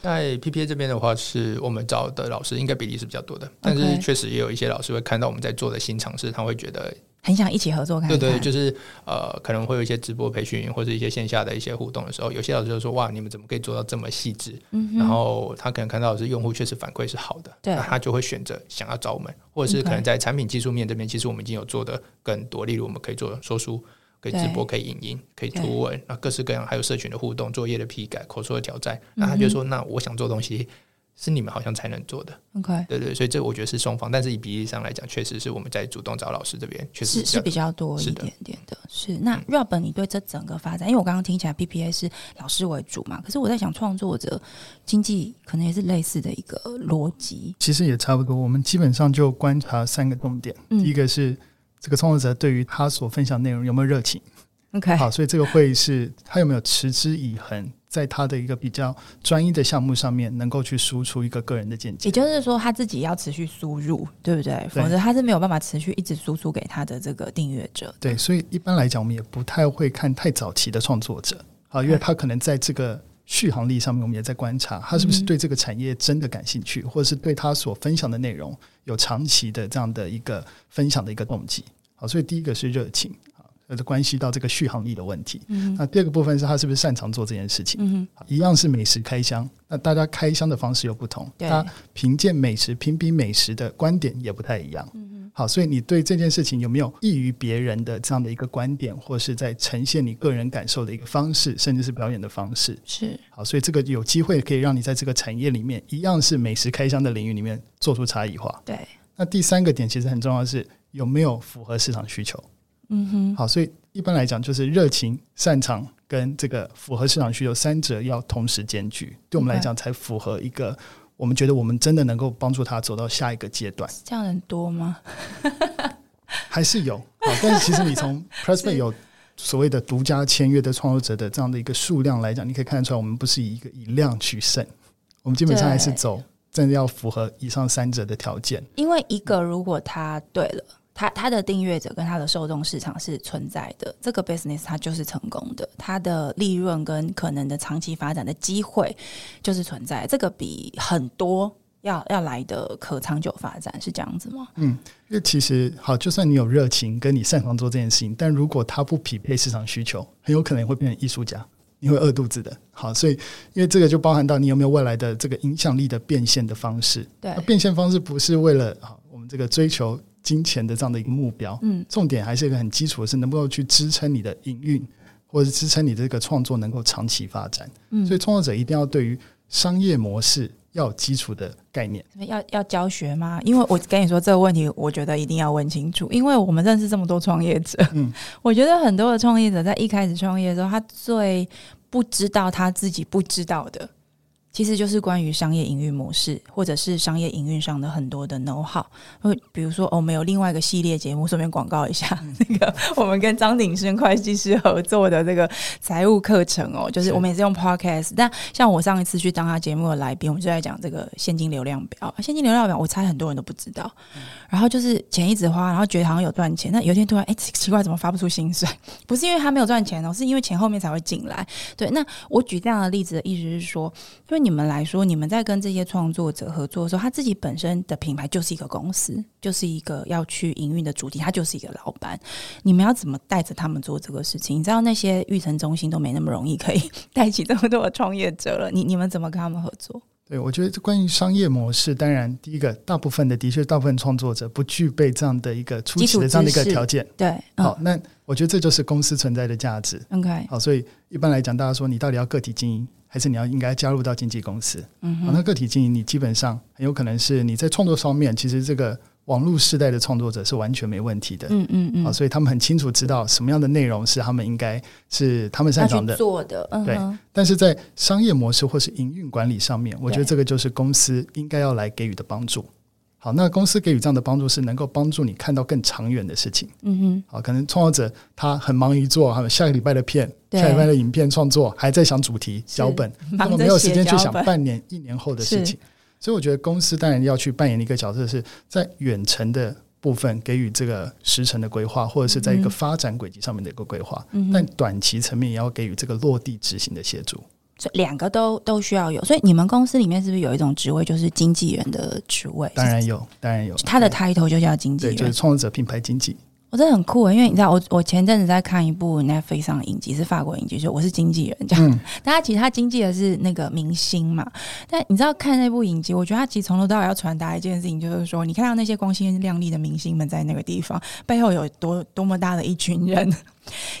[SPEAKER 3] 在 PPA 这边的话，是我们找的老师应该比例是比较多的，但是
[SPEAKER 1] OK
[SPEAKER 3] 确实也有一些老师会看到我们在做的新尝试，他会觉得
[SPEAKER 1] 很想一起合作看看。
[SPEAKER 3] 对对，就是呃，可能会有一些直播培训或者一些线下的一些互动的时候，有些老师就说：“哇，你们怎么可以做到这么细致？”
[SPEAKER 1] 嗯
[SPEAKER 3] 然后他可能看到的是用户确实反馈是好的，
[SPEAKER 1] 对
[SPEAKER 3] 那他就会选择想要找我们，或者是可
[SPEAKER 1] OK
[SPEAKER 3] 能在产品技术面这边，其实我们已经有做的更多，例如我们可以做说书。可以直播，可以影音，可以图文，那各式各样，还有社群的互动、作业的批改、口说的挑战。
[SPEAKER 1] 嗯
[SPEAKER 3] 那他就说：“那我想做东西，是你们好像才能做的。
[SPEAKER 1] OK，”
[SPEAKER 3] 对对，所以这我觉得是双方，但是以比例上来讲，确实是我们在主动找老师这边，确实
[SPEAKER 1] 是是
[SPEAKER 3] 比
[SPEAKER 1] 比
[SPEAKER 3] 较
[SPEAKER 1] 较多一
[SPEAKER 3] 是的
[SPEAKER 1] 点点的。是那 Rob，你对这整个发展，因为我刚刚听起来 PPA 是老师为主嘛，可是我在想，创作者经济可能也是类似的一个逻辑。
[SPEAKER 2] 其实也差不多。我们基本上就观察三个重点，
[SPEAKER 1] 嗯
[SPEAKER 2] 第一个是这个创作者对于他所分享内容有没有热情，
[SPEAKER 1] OK，
[SPEAKER 2] 好，所以这个会是他有没有持之以恒，在他的一个比较专一的项目上面，能够去输出一个个人的见解
[SPEAKER 1] 也。就是说，他自己要持续输入，对不对？否则他是没有办法持续一直输出给他的这个订阅者。
[SPEAKER 2] 对，所以一般来讲，我们也不太会看太早期的创作者啊，因
[SPEAKER 1] 嗯
[SPEAKER 2] 为他可能在这个续航力上面，我们也在观察他是不是
[SPEAKER 1] 嗯
[SPEAKER 2] 对这个产业真的感兴趣，或者是对他所分享的内容有长期的这样的一个分享的一个动机。好，所以第一个是热情啊，这就关系到这个续航力的问题。
[SPEAKER 1] 嗯哼
[SPEAKER 2] 那第二个部分是他是不是擅长做这件事情。
[SPEAKER 1] 嗯哼，
[SPEAKER 2] 一样是美食开箱，那大家开箱的方式又不同，
[SPEAKER 1] 对
[SPEAKER 2] 他评鉴美食、评比美食的观点也不太一样。好，所以你对这件事情有没有异于别人的这样的一个观点，或是在呈现你个人感受的一个方式，甚至是表演的方式？
[SPEAKER 1] 是
[SPEAKER 2] 好，所以这个有机会可以让你在这个产业里面，一样是美食开箱的领域里面做出差异化。
[SPEAKER 1] 对，
[SPEAKER 2] 那第三个点其实很重要的是有没有符合市场需求。
[SPEAKER 1] 嗯哼，
[SPEAKER 2] 好，所以一般来讲就是热情、擅长跟这个符合市场需求三者要同时兼具，对我们来
[SPEAKER 1] OK
[SPEAKER 2] 讲才符合一个我们觉得我们真的能够帮助他走到下一个阶段，
[SPEAKER 1] 这样人多吗？
[SPEAKER 2] 还是有。好，但是其实你 从 Pressplay 有所谓的独家签约的创作者的这样的一个数量来讲，你可以看得出来，我们不是以一个以量取胜，我们基本上还是
[SPEAKER 1] 对
[SPEAKER 2] 走真的要符合以上三者的条件。
[SPEAKER 1] 因为一个如果他对了，他他的订阅者跟他的受众市场是存在的，这个 business 它就是成功的，它的利润跟可能的长期发展的机会就是存在，这个比很多要要来的可长久发展是这样子吗？
[SPEAKER 2] 因为其实好，就算你有热情，跟你擅长做这件事情，但如果它不匹配市场需求，很有可能会变成艺术家，你会饿肚子的。好，所以因为这个就包含到你有没有未来的这个影响力的变现的方式。
[SPEAKER 1] 对
[SPEAKER 2] 那，变现方式不是为了好我们这个追求金钱的这样的一个目标，
[SPEAKER 1] 嗯，
[SPEAKER 2] 重点还是一个很基础的是能不能够去支撑你的营运，或者支撑你的这个创作能够长期发展。
[SPEAKER 1] 嗯
[SPEAKER 2] 所以创作者一定要对于商业模式要有基础的概念。
[SPEAKER 1] 要要教学吗？因为我跟你说这个问题，我觉得一定要问清楚，因为我们认识这么多创业者，
[SPEAKER 2] 嗯
[SPEAKER 1] 我觉得很多的创业者在一开始创业的时候，他最不知道他自己不知道的。其实就是关于商业营运模式，或者是商业营运上的很多的 know how。呃比如说，哦我们有另外一个系列节目，顺便广告一下，那个我们跟张鼎生会计师合作的这个财务课程哦，就是
[SPEAKER 3] 是
[SPEAKER 1] 我们也是用 podcast。但像我上一次去当他节目的来宾，我们就在讲这个现金流量表。啊现金流量表，我猜很多人都不知道。然后就是钱一直花，然后觉得好像有赚钱，但有一天突然哎、奇奇怪，怎么发不出薪水？ 不是因为他没有赚钱哦，是因为钱后面才会进来。对，那我举这样的例子的意思是说，对你们来说，你们在跟这些创作者合作的时候，他自己本身的品牌就是一个公司，就是一个要去营运的主体，他就是一个老板。你们要怎么带着他们做这个事情？你知道那些育成中心都没那么容易可以带起这么多的创业者了，你你们怎么跟他们合作？
[SPEAKER 2] 对，我觉得关于商业模式，当然第一个，大部分的的确，大部分创作者不具备这样的一个初
[SPEAKER 1] 基
[SPEAKER 2] 期
[SPEAKER 1] 础
[SPEAKER 2] 的这样的一个
[SPEAKER 1] 知识
[SPEAKER 2] 条件。
[SPEAKER 1] 对，嗯
[SPEAKER 2] 好，那我觉得这就是公司存在的价值。
[SPEAKER 1] ，OK，
[SPEAKER 2] 好，所以一般来讲，大家说你到底要个体经营，还是你要应该加入到经纪公司？
[SPEAKER 1] 嗯
[SPEAKER 2] 好，那
[SPEAKER 1] 哼，
[SPEAKER 2] 个体经营你基本上很有可能是你在创作方面，其实这个网络时代的创作者是完全没问题的。
[SPEAKER 1] 嗯嗯嗯
[SPEAKER 2] 好，，所以他们很清楚知道什么样的内容是他们应该是他们擅长
[SPEAKER 1] 要
[SPEAKER 2] 的
[SPEAKER 1] 去，做的，嗯哼，
[SPEAKER 2] 但是在商业模式或是营运管理上面，我觉得
[SPEAKER 1] 对
[SPEAKER 2] 这个就是公司应该要来给予的帮助。好，那公司给予这样的帮助是能够帮助你看到更长远的事情。
[SPEAKER 1] 嗯哼，
[SPEAKER 2] 好，可能创作者他很忙于做，还有下个礼拜的片、
[SPEAKER 1] 对
[SPEAKER 2] 下礼拜的影片创作，还在想主题、脚本，根
[SPEAKER 1] 忙
[SPEAKER 2] 本
[SPEAKER 1] 着
[SPEAKER 2] 没有
[SPEAKER 1] 写
[SPEAKER 2] 时间去
[SPEAKER 1] 脚
[SPEAKER 2] 想
[SPEAKER 1] 本
[SPEAKER 2] 半年、一年后的事情。所以我觉得公司当然要去扮演一个角色，是在远程的部分给予这个时程的规划，或者是在一个
[SPEAKER 1] 嗯
[SPEAKER 2] 发展轨迹上面的一个规划。
[SPEAKER 1] 嗯哼
[SPEAKER 2] 但短期层面也要给予这个落地执行的协助。
[SPEAKER 1] 所以两个都都需要有。所以你们公司里面是不是有一种职位就是经纪人的职位？
[SPEAKER 2] 当然有，当然有。
[SPEAKER 1] 他的 title 就叫经纪
[SPEAKER 2] 对，就
[SPEAKER 1] 人
[SPEAKER 2] 是，创作者品牌经济。
[SPEAKER 1] 我、真的很酷欸，因为你知道，我我前阵子在看一部 Netflix 上的影集，是法国影集，就我是经纪人这样。
[SPEAKER 2] 嗯，
[SPEAKER 1] 但他其实他经纪的是那个明星嘛，但你知道看那部影集，我觉得他其实从头到尾要传达一件事情，就是说，你看到那些光鲜亮丽的明星们在那个地方，背后有多 多么大的一群人，
[SPEAKER 2] 在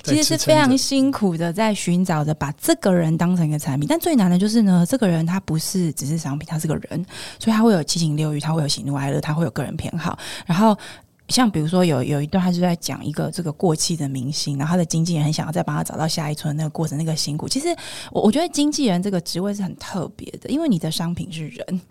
[SPEAKER 1] 其实是
[SPEAKER 2] 支
[SPEAKER 1] 非
[SPEAKER 2] 撑
[SPEAKER 1] 常
[SPEAKER 2] 着
[SPEAKER 1] 辛苦的，在寻找着把这个人当成一个产品。但最难的就是呢，这个人他不是只是商品，他是个人，所以他会有七情六欲，他会有喜怒哀乐，他会有个人偏好。然后，像比如说有有一段，他就在讲一个这个过气的明星，然后他的经纪人很想要再帮他找到下一村那个过程那个辛苦。其实我我觉得经纪人这个职位是很特别的，因为你的商品是人。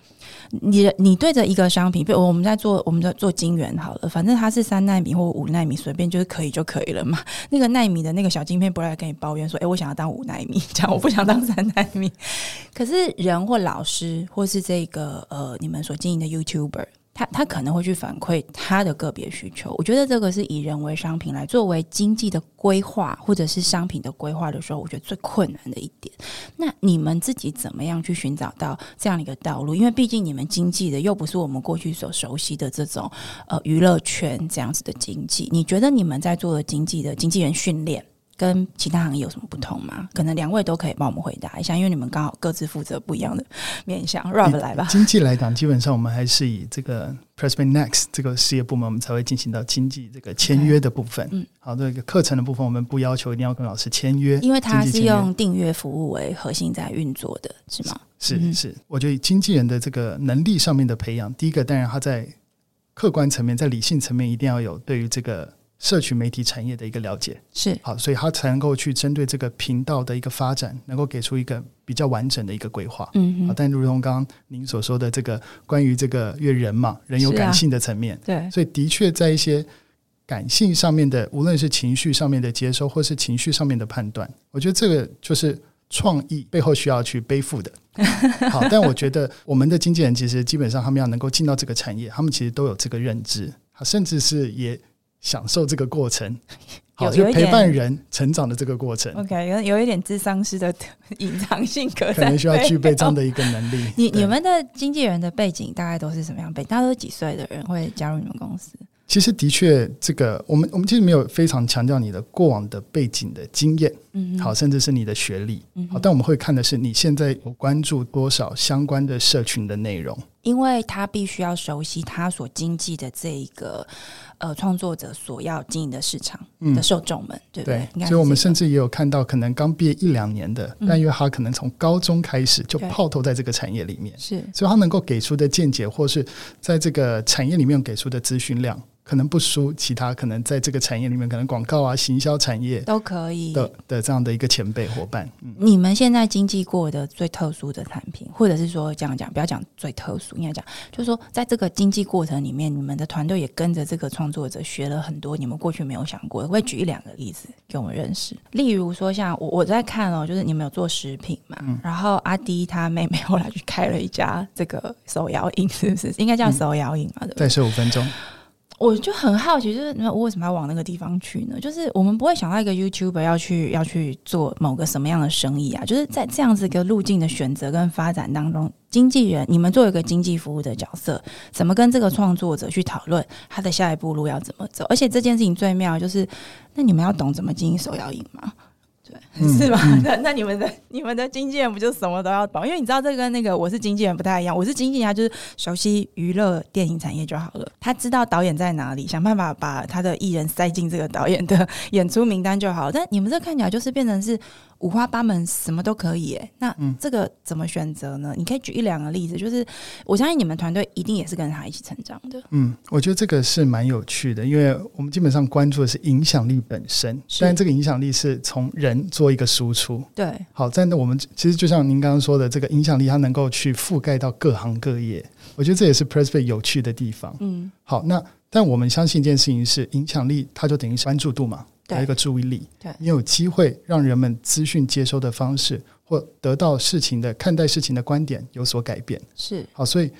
[SPEAKER 1] 你的你对着一个商品，比如我们在做我们在做晶圆好了，反正它是三纳米或五纳米，随便就是可以就可以了嘛。 那个纳米的那个小晶片不会来跟你抱怨说，哎、我想要当五纳米， 这样我不想当三纳米。 可是人或老师，或是这个呃你们所经营的 YouTuber，他他可能会去反馈他的个别需求。我觉得这个是以人为商品来作为经济的规划，或者是商品的规划的时候，我觉得最困难的一点。那你们自己怎么样去寻找到这样的一个道路？因为毕竟你们经济的又不是我们过去所熟悉的这种呃娱乐圈这样子的经济。你觉得你们在做的经济的经纪人训练？跟其他行业有什么不同吗？可能两位都可以帮我们回答一下，因为你们刚好各自负责不一样的面向。Rob 来吧，
[SPEAKER 2] 经济来讲，基本上我们还是以这个 Pressman Next 这个事业部门，我们才会进行到经济这个签约的部分。
[SPEAKER 1] 嗯，
[SPEAKER 2] 好，这个课程的部分，我们不要求一定要跟老师签约，
[SPEAKER 1] 因为它
[SPEAKER 2] 经
[SPEAKER 1] 是
[SPEAKER 2] 济签约
[SPEAKER 1] 用订阅服务为核心在运作的，是吗？嗯
[SPEAKER 2] 是是，我觉得经纪人的这个能力上面的培养，第一个当然他在客观层面，在理性层面一定要有对于这个社群媒体产业的一个了解，
[SPEAKER 1] 是，
[SPEAKER 2] 好，所以他才能够去针对这个频道的一个发展，能够给出一个比较完整的一个规划。
[SPEAKER 1] 嗯
[SPEAKER 2] 好，
[SPEAKER 1] 哼，
[SPEAKER 2] 啊但如同刚刚您所说的，这个关于这个越人嘛，人有
[SPEAKER 1] 是啊
[SPEAKER 2] 感性的层面，
[SPEAKER 1] 对，
[SPEAKER 2] 所以的确在一些感性上面的，无论是情绪上面的接收，或是情绪上面的判断，我觉得这个就是创意背后需要去背 负的。好，但我觉得我们的经纪人其实基本上他们要能够进到这个产业，他们其实都有这个认知，好甚至是也享受这个过程，好，
[SPEAKER 1] 有
[SPEAKER 2] 就
[SPEAKER 1] 有一
[SPEAKER 2] 陪
[SPEAKER 1] 点
[SPEAKER 2] 伴人成长的这个 过程，
[SPEAKER 1] OK，有有一点智商师的 隐藏性格，。
[SPEAKER 2] 可能需要具备这样。的一个能力
[SPEAKER 1] 你
[SPEAKER 2] 对
[SPEAKER 1] 你们的经纪人的背景大概都是什么样背景？大家都是几岁的人会加入你们公司？
[SPEAKER 2] 其实的确，这个我们我们其实没有非常强调你的过往的背景的经验，
[SPEAKER 1] 嗯
[SPEAKER 2] 好，，甚至是你的学历，
[SPEAKER 1] 嗯哼
[SPEAKER 2] 好，但我们会看的是你现在有关注多少相关的社群的内容。
[SPEAKER 1] 因为他必须要熟悉他所经纪的这一个呃创作者所要经营的市场
[SPEAKER 2] 嗯
[SPEAKER 1] 的受众们，对不
[SPEAKER 2] 对
[SPEAKER 1] 对？应该，是
[SPEAKER 2] 所以我们
[SPEAKER 1] 这个
[SPEAKER 2] 甚至也有看到，可能刚毕业一两年的，
[SPEAKER 1] 嗯
[SPEAKER 2] 但因为他可能从高中开始就
[SPEAKER 1] 对
[SPEAKER 2] 泡头在这个产业里面，
[SPEAKER 1] 是
[SPEAKER 2] 所以他能够给出的见解，或是在这个产业里面给出的资讯量，可能不输其他可能在这个产业里面，可能广告啊、行销产业
[SPEAKER 1] 都可以。
[SPEAKER 2] 的的这样的一个前辈伙伴。嗯，
[SPEAKER 1] 你们现在经济过的最特殊的产品，或者是说这样讲，不要讲最特殊，应该讲就是说，在这个经济过程里面，你们的团队也跟着这个创作者学了很多你们过去没有想过的。我也举一两个例子给我们认识，例如说像我我在看哦，就是你们有做食品嘛，然后阿迪他妹妹后来去开了一家这个手摇饮，是不是应该叫手摇饮嘛？对不对
[SPEAKER 2] 再十五分钟，
[SPEAKER 1] 我就很好奇，就是那我为什么要往那个地方去呢？就是我们不会想到一个 YouTuber 要去要去做某个什么样的生意啊？就是在这样子一个路径的选择跟发展当中，经纪人你们作为一个经济服务的角色，怎么跟这个创作者去讨论他的下一步路要怎么走？而且这件事情最妙的就是，那你们要懂怎么经营手摇饮吗？对，是吧？那那你们的你们的经纪人不就什么都要懂？因为你知道这跟那个我是经纪人不太一样，我是经纪人，他就是熟悉娱乐电影产业就好了。他知道导演在哪里，想办法把他的艺人塞进这个导演的演出名单就好。但你们这看起来就是变成是五花八门，什么都可以、欸。那这个怎么选择呢？你可以举一两个例子，就是我相信你们团队一定也是跟他一起成长的。
[SPEAKER 2] 嗯，我觉得这个是蛮有趣的，因为我们基本上关注的是影响力本身，
[SPEAKER 1] 是
[SPEAKER 2] 但这个影响力是从人做一个输出。
[SPEAKER 1] 对，
[SPEAKER 2] 好，但我们其实就像您刚刚说的，这个影响力它能够去覆盖到各行各业，我觉得这也是 p r e s p e 有趣的地方。
[SPEAKER 1] 嗯，
[SPEAKER 2] 好，那但我们相信一件事情是，影响力它就等于是关注度嘛，
[SPEAKER 1] 对
[SPEAKER 2] 还有一个注意力。
[SPEAKER 1] 对
[SPEAKER 2] 你有机会让人们资讯接收的方式或得到事情的看待事情的观点有所改变。
[SPEAKER 1] 是
[SPEAKER 2] 好，所以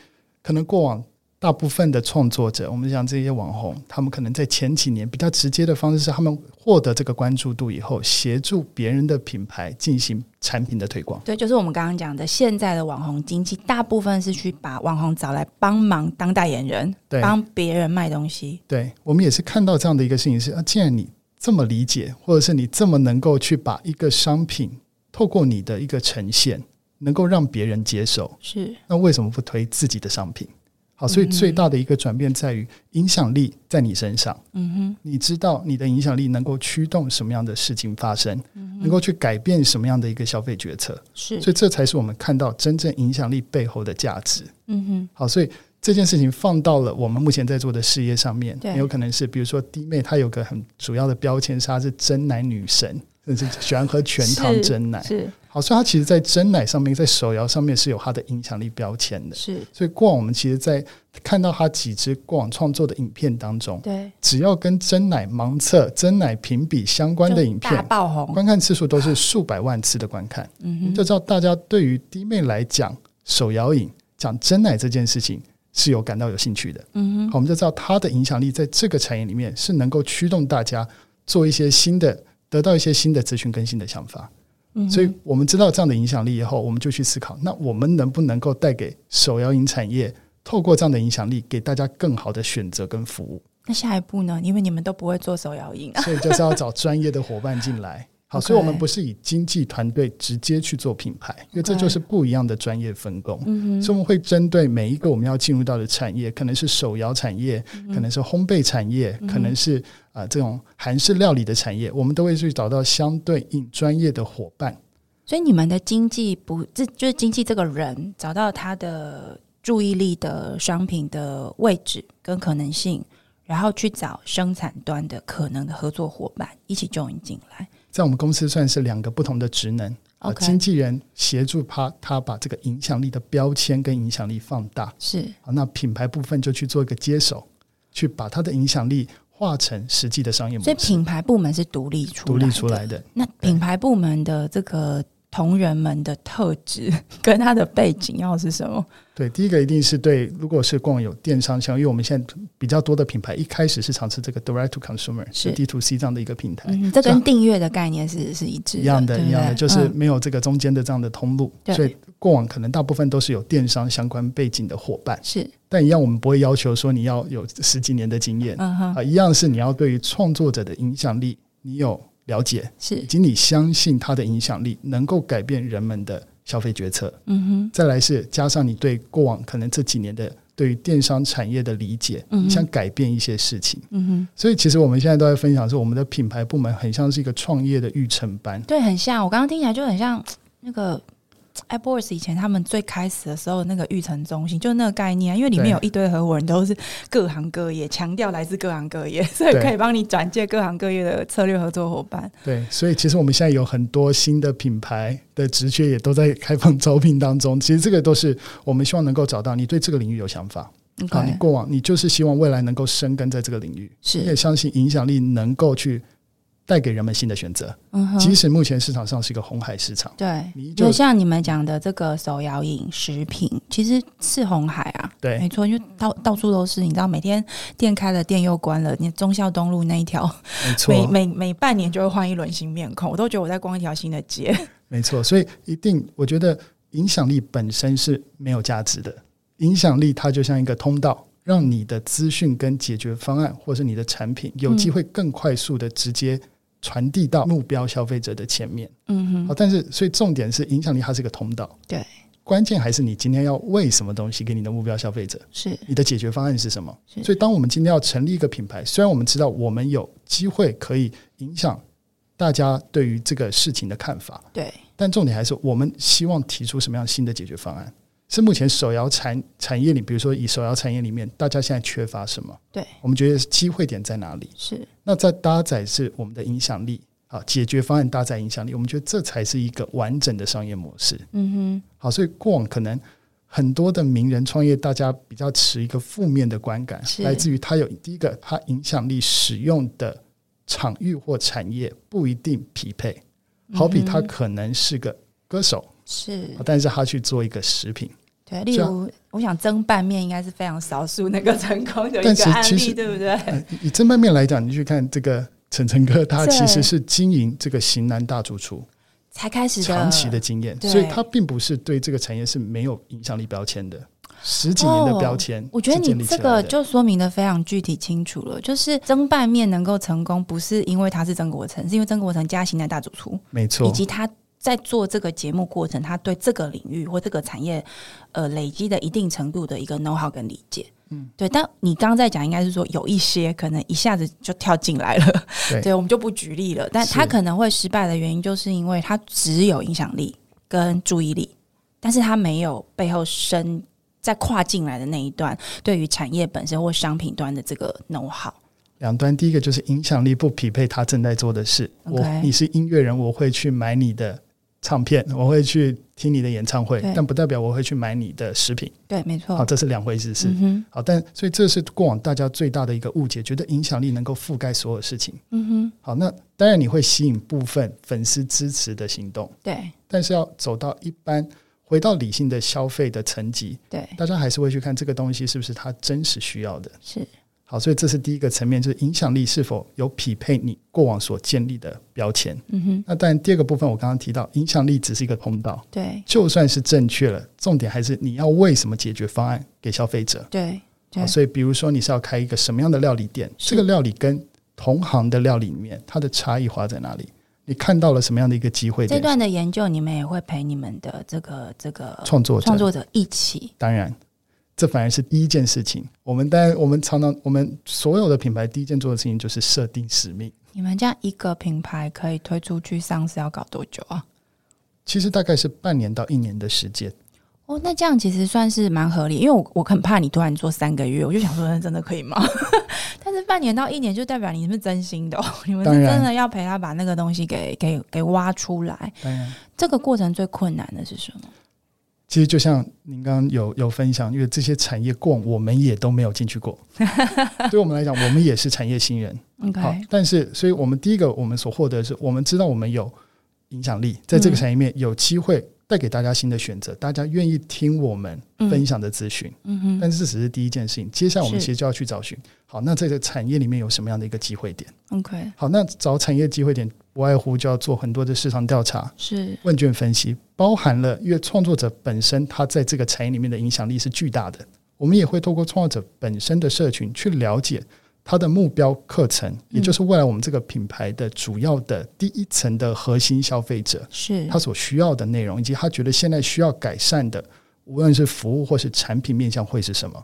[SPEAKER 2] 可能过往大部分的创作者，我们讲这些网红，他们可能在前几年比较直接的方式是，他们获得这个关注度以后，协助别人的品牌进行产品的推广。
[SPEAKER 1] 对，就是我们刚刚讲的，现在的网红经济大部分是去把网红找来帮忙当代言人，
[SPEAKER 2] 对
[SPEAKER 1] 帮别人卖东西。
[SPEAKER 2] 对我们也是看到这样的一个事情是啊，既然你这么理解，或者是你这么能够去把一个商品透过你的一个呈现，能够让别人接受，
[SPEAKER 1] 是
[SPEAKER 2] 那为什么不推自己的商品？好，所以最大的一个转变在于影响力在你身上。嗯哼，你知道你的影响力能够驱动什么样的事情发生，
[SPEAKER 1] 嗯
[SPEAKER 2] 能够去改变什么样的一个消费决策，
[SPEAKER 1] 是，
[SPEAKER 2] 所以这才是我们看到真正影响力背后的价值。
[SPEAKER 1] 嗯哼，
[SPEAKER 2] 好，所以这件事情放到了我们目前在做的事业上面，
[SPEAKER 1] 对
[SPEAKER 2] 也有可能是比如说弟妹她有个很主要的标签是她是真奶女神，甚至喜欢喝全糖
[SPEAKER 1] 是
[SPEAKER 2] 真奶。
[SPEAKER 1] 是
[SPEAKER 2] 好，所以她其实在真奶上面，在手摇上面是有她的影响力标签的。
[SPEAKER 1] 是，
[SPEAKER 2] 所以过往我们其实，在看到她几支过往创作的影片当中，
[SPEAKER 1] 对，
[SPEAKER 2] 只要跟真奶盲测、真奶评比相关的
[SPEAKER 1] 就
[SPEAKER 2] 影
[SPEAKER 1] 大
[SPEAKER 2] 片，
[SPEAKER 1] 爆红，
[SPEAKER 2] 观看次数都是数百万次的观看。
[SPEAKER 1] 嗯
[SPEAKER 2] 我们
[SPEAKER 1] 哼，
[SPEAKER 2] 就知道大家对于弟妹来讲，手摇饮讲真奶这件事情是有感到有兴趣的。
[SPEAKER 1] 嗯
[SPEAKER 2] 好，我们就知道它的影响力在这个产业里面是能够驱动大家做一些新的，得到一些新的资讯跟新的想法。
[SPEAKER 1] 嗯哼，
[SPEAKER 2] 所以我们知道这样的影响力以后，我们就去思考，那我们能不能够带给手摇饮产业，透过这样的影响力，给大家更好的选择跟服务？
[SPEAKER 1] 那下一步呢？因为你们都不会做手摇饮啊，
[SPEAKER 2] 所以就是要找专业的伙伴进来。好，所以我们不是以经济团队直接去做品牌，因为这就是不一样的专业分工。
[SPEAKER 1] 嗯
[SPEAKER 2] 所以我们会针对每一个我们要进入到的产业，可能是手摇产业，
[SPEAKER 1] 嗯
[SPEAKER 2] 可能是烘焙产业，可能是啊、呃这种韩式料理的产业，我们都会去找到相对应专业的伙伴。
[SPEAKER 1] 所以你们的经济不，这就是经济这个人找到他的注意力的商品的位置跟可能性，然后去找生产端的可能的合作伙伴一起 join 进来。
[SPEAKER 2] 在我们公司算是两个不同的职能。啊，
[SPEAKER 1] OK
[SPEAKER 2] 经纪人协助他，他把这个影响力的标签跟影响力放大。
[SPEAKER 1] 是
[SPEAKER 2] 好，那品牌部分就去做一个接手，去把他的影响力化成实际的商业模
[SPEAKER 1] 所以
[SPEAKER 2] 式，
[SPEAKER 1] 品牌部门是独立出
[SPEAKER 2] 独立出
[SPEAKER 1] 的
[SPEAKER 2] 来的。
[SPEAKER 1] 那品牌部门的这个同仁们的特质 跟他的背景要是什么？
[SPEAKER 2] 对，第一个一定是对，如果是逛有电商像，因为我们现在比较多的品牌一开始是尝试这个 direct to consumer，
[SPEAKER 1] 是
[SPEAKER 2] D to C 这样的一个平台，
[SPEAKER 1] 嗯，这
[SPEAKER 2] 是
[SPEAKER 1] 跟
[SPEAKER 2] 啊
[SPEAKER 1] 订阅的概念是是一致
[SPEAKER 2] 一样的，
[SPEAKER 1] 对不
[SPEAKER 2] 一样的，
[SPEAKER 1] 对
[SPEAKER 2] 就是
[SPEAKER 1] 嗯
[SPEAKER 2] 没有这个中间的这样的通路，
[SPEAKER 1] 对
[SPEAKER 2] 所以过往可能大部分都是有电商相关背景的伙伴，
[SPEAKER 1] 是
[SPEAKER 2] 但一样我们不会要求说你要有十几年的经验啊、
[SPEAKER 1] 嗯哼
[SPEAKER 2] 一样是你要对于创作者的影响力你有了解，以
[SPEAKER 1] 是
[SPEAKER 2] 及你相信它的影响力能够改变人们的消费决策。
[SPEAKER 1] 嗯哼
[SPEAKER 2] 再来是加上你对过往可能这几年的对于电商产业的理解，
[SPEAKER 1] 嗯哼
[SPEAKER 2] 你想改变一些事情。
[SPEAKER 1] 嗯哼，
[SPEAKER 2] 所以其实我们现在都在分享说，我们的品牌部门很像是一个创业的育成班。
[SPEAKER 1] 对，很像我刚刚听起来就很像那个。 AppWorks 以前他们最开始的时候那个育成中心，就那个概念，啊因为里面有一堆合伙人都是各行各业，强调来自各行各业，所以
[SPEAKER 2] 对
[SPEAKER 1] 可以帮你转介各行各业的策略合作伙伴。
[SPEAKER 2] 对，所以其实我们现在有很多新的品牌的职缺也都在开放招聘当中。其实这个都是我们希望能够找到你对这个领域有想法，好，你
[SPEAKER 1] OK，
[SPEAKER 2] 过往你就是希望未来能够深耕在这个领域，你也
[SPEAKER 1] 是，
[SPEAKER 2] 相信影响力能够去带给人们新的选择。
[SPEAKER 1] 嗯
[SPEAKER 2] 即
[SPEAKER 1] 哼，
[SPEAKER 2] 使目前市场上是一个红海市场，
[SPEAKER 1] 对。
[SPEAKER 2] 你
[SPEAKER 1] 就
[SPEAKER 2] 就
[SPEAKER 1] 像你们讲的这个手摇饮食品，其实是红海啊，
[SPEAKER 2] 对
[SPEAKER 1] 没错，因为到到处都是，你知道，每天店开了，店又关了，你忠孝东路那一条
[SPEAKER 2] 没
[SPEAKER 1] 每
[SPEAKER 2] 错，
[SPEAKER 1] 每每半年就会换一轮新面孔，我都觉得我在逛一条新的 街。
[SPEAKER 2] 没错。所以一定，我觉得影响力本身是没有价值的，影响力它就像一个通道。让你的资讯跟解决方案，或是你的产品，有
[SPEAKER 1] 嗯
[SPEAKER 2] 机会更快速的直接传递到目标消费者的前面。
[SPEAKER 1] 嗯
[SPEAKER 2] 好，
[SPEAKER 1] 哼，
[SPEAKER 2] 但是所以重点是影响力，它是一个通道。
[SPEAKER 1] 对，
[SPEAKER 2] 关键还是你今天要为什么东西给你的目标消费者，
[SPEAKER 1] 是
[SPEAKER 2] 你的解决方案是什么
[SPEAKER 1] 是。
[SPEAKER 2] 所以，当我们今天要成立一个品牌，虽然我们知道我们有机会可以影响大家对于这个事情的看法，
[SPEAKER 1] 对，
[SPEAKER 2] 但重点还是我们希望提出什么样新的解决方案。是目前手摇产产业里，比如说以手摇产业里面，大家现在缺乏什么？
[SPEAKER 1] 对，
[SPEAKER 2] 我们觉得机会点在哪里？
[SPEAKER 1] 是
[SPEAKER 2] 那再搭载是我们的影响力啊，解决方案搭载影响力，我们觉得这才是一个完整的商业模式。
[SPEAKER 1] 嗯
[SPEAKER 2] 好，所以过往可能很多的名人创业，大家比较持一个负面的观感，
[SPEAKER 1] 是
[SPEAKER 2] 来自于他有第一个，他影响力使用的场域或产业不一定匹配。好比他可能是个歌手，啊
[SPEAKER 1] 哼，嗯是
[SPEAKER 2] 但是他去做一个食品，
[SPEAKER 1] 对。例
[SPEAKER 2] 这
[SPEAKER 1] 如，我想蒸拌面应该是非常少数那个成功的一个
[SPEAKER 2] 但是
[SPEAKER 1] 案
[SPEAKER 2] 其
[SPEAKER 1] 例，
[SPEAKER 2] 实
[SPEAKER 1] 对不对？
[SPEAKER 2] 呃以这方面来讲，你去看这个晨晨哥，他
[SPEAKER 1] 对
[SPEAKER 2] 其实是经营这个型男大主厨。
[SPEAKER 1] 才开始的
[SPEAKER 2] 长期的经验，
[SPEAKER 1] 对
[SPEAKER 2] 所以他并不是对这个产业是没有影响力标签的，十几年的标签、
[SPEAKER 1] 哦我觉得
[SPEAKER 2] 是建
[SPEAKER 1] 你
[SPEAKER 2] 立
[SPEAKER 1] 这
[SPEAKER 2] 起来
[SPEAKER 1] 个
[SPEAKER 2] 的
[SPEAKER 1] 就说明的非常具体清楚了，就是蒸拌面能够成功，不是因为它是曾国成，是因为曾国成家型的大主厨，
[SPEAKER 2] 没
[SPEAKER 1] 以
[SPEAKER 2] 错，
[SPEAKER 1] 及他在做这个节目过程，他对这个领域或这个产业呃累积的一定程度的一个 know how 跟理解。嗯，对，但你刚刚在讲，应该是说有一些可能一下子就跳进来了，
[SPEAKER 2] 对
[SPEAKER 1] 我们就不举例了。但
[SPEAKER 2] 是
[SPEAKER 1] 他可能会失败的原因，就是因为他只有影响力跟注意力，但是他没有背后深在跨进来的那一段对于产业本身或商品端的这个 know how。
[SPEAKER 2] 两端。第一个就是影响力不匹配他正在做的事。我
[SPEAKER 1] OK
[SPEAKER 2] 你是音乐人，我会去买你的唱片，我会去听你的演唱会
[SPEAKER 1] 对，
[SPEAKER 2] 但不代表我会去买你的食品。
[SPEAKER 1] 对，没错
[SPEAKER 2] 好，。这是两回事。是、
[SPEAKER 1] 嗯哼，
[SPEAKER 2] 好，但所以这是过往大家最大的一个误解，觉得影响力能够覆盖所有事情。
[SPEAKER 1] 嗯哼，
[SPEAKER 2] 好，那当然你会吸引部分粉丝支持的行动。
[SPEAKER 1] 对
[SPEAKER 2] 但是要走到一般回到理性的消费的层级，
[SPEAKER 1] 对
[SPEAKER 2] 大家还是会去看这个东西是不是他真实需要的。
[SPEAKER 1] 是，
[SPEAKER 2] 好，所以这是第一个层面，就是影响力是否有匹配你过往所建立的标签。
[SPEAKER 1] 嗯哼，
[SPEAKER 2] 那当然，第二个部分我刚刚提到，影响力只是一个通道，
[SPEAKER 1] 对
[SPEAKER 2] 就算是正确了，重点还是你要为什么解决方案给消费者。
[SPEAKER 1] 对对
[SPEAKER 2] 好，所以比如说你是要开一个什么样的料理店，
[SPEAKER 1] 是
[SPEAKER 2] 这个料理跟同行的料理里面，它的差异化在哪里？你看到了什么样的一个机会
[SPEAKER 1] 这
[SPEAKER 2] 点？
[SPEAKER 1] 段的研究，你们也会陪你们的这个这个
[SPEAKER 2] 创作者
[SPEAKER 1] 创作者一起，
[SPEAKER 2] 当然，这反而是第一件事情。我们当然，我们常常，我们所有的品牌第一件做的事情就是设定使命。
[SPEAKER 1] 你们这样一个品牌可以推出去上市要搞多久啊？
[SPEAKER 2] 其实大概是半年到一年的时间，
[SPEAKER 1] 哦，那这样其实算是蛮合理，因为我我很怕你突然做三个月，我就想说，那真的可以吗？ 但是半年到一年就代表你们是真心 的、哦，你们是
[SPEAKER 2] 当然
[SPEAKER 1] 真的要陪他把那个东西给给给挖出来。
[SPEAKER 2] 当然，
[SPEAKER 1] 这个过程最困难的是什么？
[SPEAKER 2] 其实就像您刚刚有有分享，因为这些产业过往我们也都没有进去 过，对我们来讲，我们也是产业新人。好
[SPEAKER 1] OK，，
[SPEAKER 2] 但是，所以我们第一个我们所获得的是，我们知道我们有影响力，在这个
[SPEAKER 1] 嗯
[SPEAKER 2] 产业面有机会带给大家新的选择，大家愿意听我们分享的资讯。
[SPEAKER 1] 嗯
[SPEAKER 2] 但是这只是第一件事情，接下来我们
[SPEAKER 1] 是
[SPEAKER 2] 其实就要去找寻，好，那这个产业里面有什么样的一个机会点？
[SPEAKER 1] 哼，OK，
[SPEAKER 2] 好，那找产业机会点，不外乎就要做很多的市场调查、
[SPEAKER 1] 是
[SPEAKER 2] 问卷分析，包含了因为创作者本身他在这个产业里面的影响力是巨大的，我们也会透过创作者本身的社群去了解。他的目标课程，也就是未来我们这个品牌的主要的第一层的核心消费者，
[SPEAKER 1] 是
[SPEAKER 2] 他所需要的内容，以及他觉得现在需要改善的，无论是服务或是产品面向会是什么。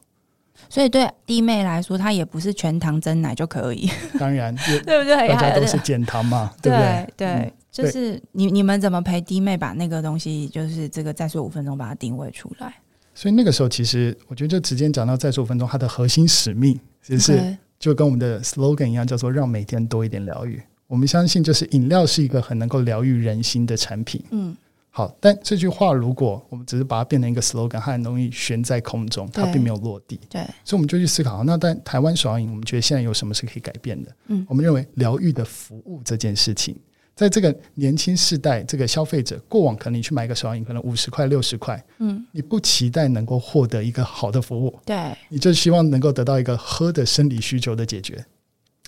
[SPEAKER 1] 所以对弟妹来说，她也不是全糖真奶就可以，
[SPEAKER 2] 当然，也
[SPEAKER 1] 对不对？
[SPEAKER 2] 大家
[SPEAKER 1] 她
[SPEAKER 2] 都是减糖嘛，
[SPEAKER 1] 哎对
[SPEAKER 2] 不对？
[SPEAKER 1] 对
[SPEAKER 2] 嗯
[SPEAKER 1] 就是你你们怎么陪弟妹把那个东西，就是这个再说五分钟把它定位出来？
[SPEAKER 2] 所以那个时候，其实我觉得就直接讲到再说五分钟，它的核心使命就是
[SPEAKER 1] OK
[SPEAKER 2] 就跟我们的 slogan 一样，叫做让每天多一点疗愈。我们相信，就是饮料是一个很能够疗愈人心的产品。
[SPEAKER 1] 嗯，
[SPEAKER 2] 好，但这句话如果我们只是把它变成一个 slogan，它很容易悬在空中，它
[SPEAKER 1] 对
[SPEAKER 2] 并没有落地。
[SPEAKER 1] 对，
[SPEAKER 2] 所以我们就去思考，那在台湾首要营，我们觉得现在有什么是可以改变的？
[SPEAKER 1] 嗯
[SPEAKER 2] 我们认为疗愈的服务这件事情，在这个年轻世代，这个消费者过往可能你去买一个首要营，可能五十块、六十块，
[SPEAKER 1] 嗯，
[SPEAKER 2] 你不期待能够获得一个好的服务，
[SPEAKER 1] 对，
[SPEAKER 2] 你就希望能够得到一个喝的生理需求的解决。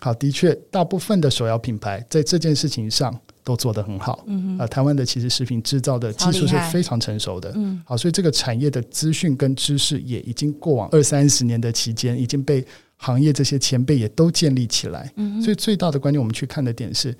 [SPEAKER 2] 好，的确，大部分的首要品牌在这件事情上都做得很好。
[SPEAKER 1] 嗯
[SPEAKER 2] 啊、台湾的其实食品制造的技术
[SPEAKER 1] 超厉
[SPEAKER 2] 是
[SPEAKER 1] 害
[SPEAKER 2] 非常成熟的。
[SPEAKER 1] 嗯，
[SPEAKER 2] 好，所以这个产业的资讯跟知识也已经过往二三十年的期间，已经被行业这些前辈也都建立起来。
[SPEAKER 1] 嗯
[SPEAKER 2] 所以最大的关键，我们去看的点是，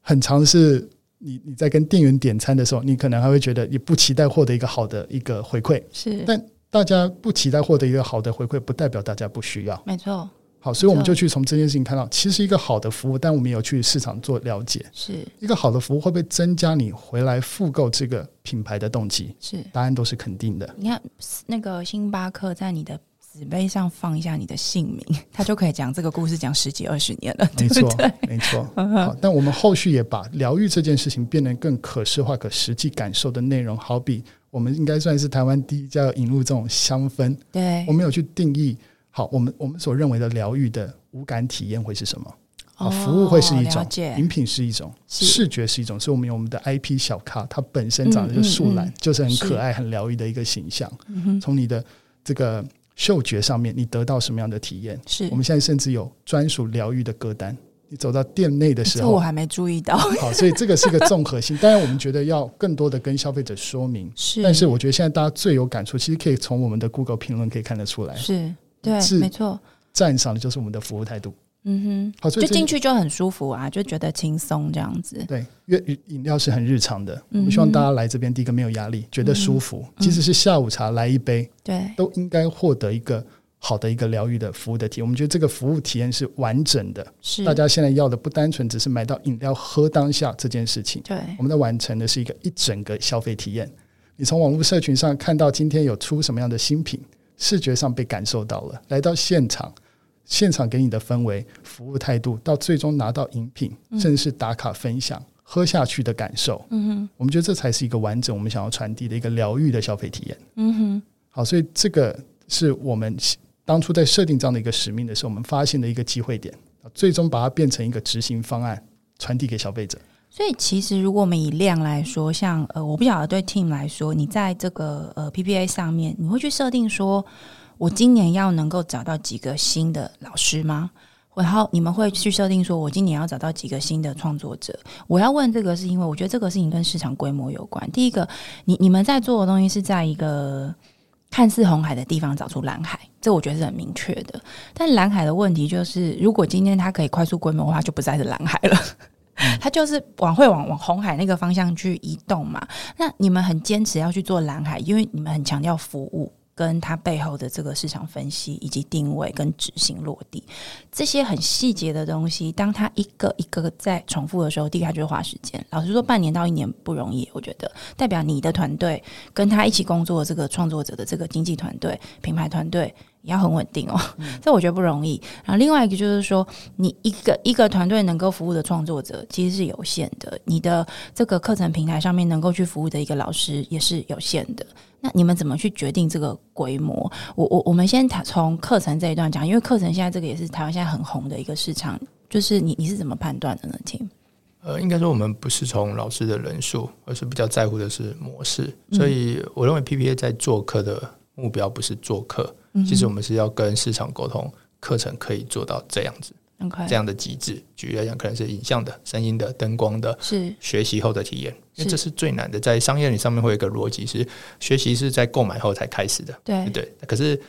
[SPEAKER 2] 很常是你你在跟店员点餐的时候，你可能还会觉得你不期待获得一个好的一个回馈。
[SPEAKER 1] 是
[SPEAKER 2] 但大家不期待获得一个好的回馈，不代表大家不需要。
[SPEAKER 1] 没错，
[SPEAKER 2] 好，所以我们
[SPEAKER 1] 没错
[SPEAKER 2] 就去从这件事情看到，其实一个好的服务，但我们也有去市场做了解，
[SPEAKER 1] 是
[SPEAKER 2] 一个好的服务会不会增加你回来复购这个品牌的动机？
[SPEAKER 1] 是。
[SPEAKER 2] 答案都是肯定的。
[SPEAKER 1] 你看那个星巴克在你的纸杯上放一下你的姓名，他就可以讲这个故事讲十几二十年了，对
[SPEAKER 2] 没
[SPEAKER 1] 不
[SPEAKER 2] 错
[SPEAKER 1] 对？，嗯
[SPEAKER 2] 没错。好，但我们后续也把疗愈这件事情变得更可视化、可实际感受的内容。好比我们应该算是台湾第一家有引入这种香氛，
[SPEAKER 1] 对
[SPEAKER 2] 我，们有去定义。好，我们我们所认为的疗愈的无感体验会是什么？啊，
[SPEAKER 1] 哦
[SPEAKER 2] 服务会是一种
[SPEAKER 1] 了，解
[SPEAKER 2] 饮品是一种，
[SPEAKER 1] 是
[SPEAKER 2] 视觉是一种，所以我们有我们的 IP 小咖，它本身长得就是树懒，
[SPEAKER 1] 嗯嗯嗯
[SPEAKER 2] 就是很可爱、很疗愈的一个形象。
[SPEAKER 1] 嗯哼
[SPEAKER 2] 从你的这个嗅觉上面，你得到什么样的体验？
[SPEAKER 1] 是
[SPEAKER 2] 我。们现在甚至有专属疗愈的歌单。你走到店内的时
[SPEAKER 1] 这我
[SPEAKER 2] 候，
[SPEAKER 1] 还没注意到，
[SPEAKER 2] 好，所以这个是个综合性。当然，我们觉得要更多的跟消费者说明。
[SPEAKER 1] 是，
[SPEAKER 2] 但是我觉得现在大家最有感触，其实可以从我们的 Google 评论可以看得出来，
[SPEAKER 1] 是对，
[SPEAKER 2] 是
[SPEAKER 1] 没错，
[SPEAKER 2] 赞赏的就是我们的服务态度。
[SPEAKER 1] 嗯
[SPEAKER 2] 好，
[SPEAKER 1] 哼，
[SPEAKER 2] 所以
[SPEAKER 1] 就
[SPEAKER 2] 这
[SPEAKER 1] 进去就很舒服啊，就觉得轻松这样子，
[SPEAKER 2] 对，因为饮料是很日常的，我
[SPEAKER 1] 嗯
[SPEAKER 2] 们希望大家来这边，第一个没有压力，觉得舒服，即使是下午茶来一杯，
[SPEAKER 1] 对，
[SPEAKER 2] 都应该获得一个好的一个疗愈的服务的体验。我们觉得这个服务体验是完整的，
[SPEAKER 1] 是
[SPEAKER 2] 大家现在要的不单纯只是买到饮料喝当下这件事情，
[SPEAKER 1] 对
[SPEAKER 2] 我们在完成的是一个一整个消费体验。你从网络社群上看到今天有出什么样的新品，视觉上被感受到了，来到现场，现场给你的氛围、服务态度，到最终拿到饮品，
[SPEAKER 1] 嗯
[SPEAKER 2] 甚至是打卡分享、喝下去的感受，嗯哼，我们觉得这才是一个完整我们想要传递的一个疗愈的消费体验。
[SPEAKER 1] 嗯哼，
[SPEAKER 2] 好，所以这个是我们当初在设定这样的一个使命的时候，我们发现的一个机会点，最终把它变成一个执行方案，传递给消费者。
[SPEAKER 1] 所以其实如果我们以量来说，像呃，我不晓得对 team 来说，你在这个呃 PPA 上面，你会去设定说，我今年要能够找到几个新的老师吗？然后你们会去设定说，我今年要找到几个新的创作者。我要问这个，是因为我觉得这个事情跟市场规模有关。第一个，你你们在做的东西是在一个看似红海的地方找出蓝海，这我觉得是很明确的。但蓝海的问题就是，如果今天它可以快速规模化，就不再是蓝海了。它就是往会往往红海那个方向去移动嘛。那你们很坚持要去做蓝海，因为你们很强调服务跟它背后的这个市场分析以及定位跟执行落地这些很细节的东西，当它一个一个在重复的时候，第一它就会花时间。老实说，半年到一年不容易，我觉得代表你的团队跟他一起工作的这个创作者的这个经济团队、品牌团队。也要很稳定哦， 这我觉得不容易。然后另外一个就是说，你一个一个团队能够服务的创作者其实是有限的，你的这个课程平台上面能够去服务的一个老师也是有限的。那你们怎么去决定这个规模？我我我们先谈从课程这一段讲，因为课程现在这个也是台湾现在很红的一个市场，就是你你是怎么判断的呢？Tim，
[SPEAKER 3] 呃，应该说我们不是从老师的人数，而是比较在乎的是模式。所以
[SPEAKER 1] 嗯
[SPEAKER 3] 我认为 PPA 在做课的目标不是做课，
[SPEAKER 1] 嗯
[SPEAKER 3] 其实我们是要跟市场沟通，课程可以做到这样子，
[SPEAKER 1] OK，
[SPEAKER 3] 这样的极致。举例来讲，可能是影像的、声音的、灯光的。
[SPEAKER 1] 是
[SPEAKER 3] 学习后的体验，
[SPEAKER 1] 是
[SPEAKER 3] 因为这是最难的。在商业里上面会有一个逻辑是，学习是在购买后才开始的，
[SPEAKER 1] 对
[SPEAKER 3] 对。可是，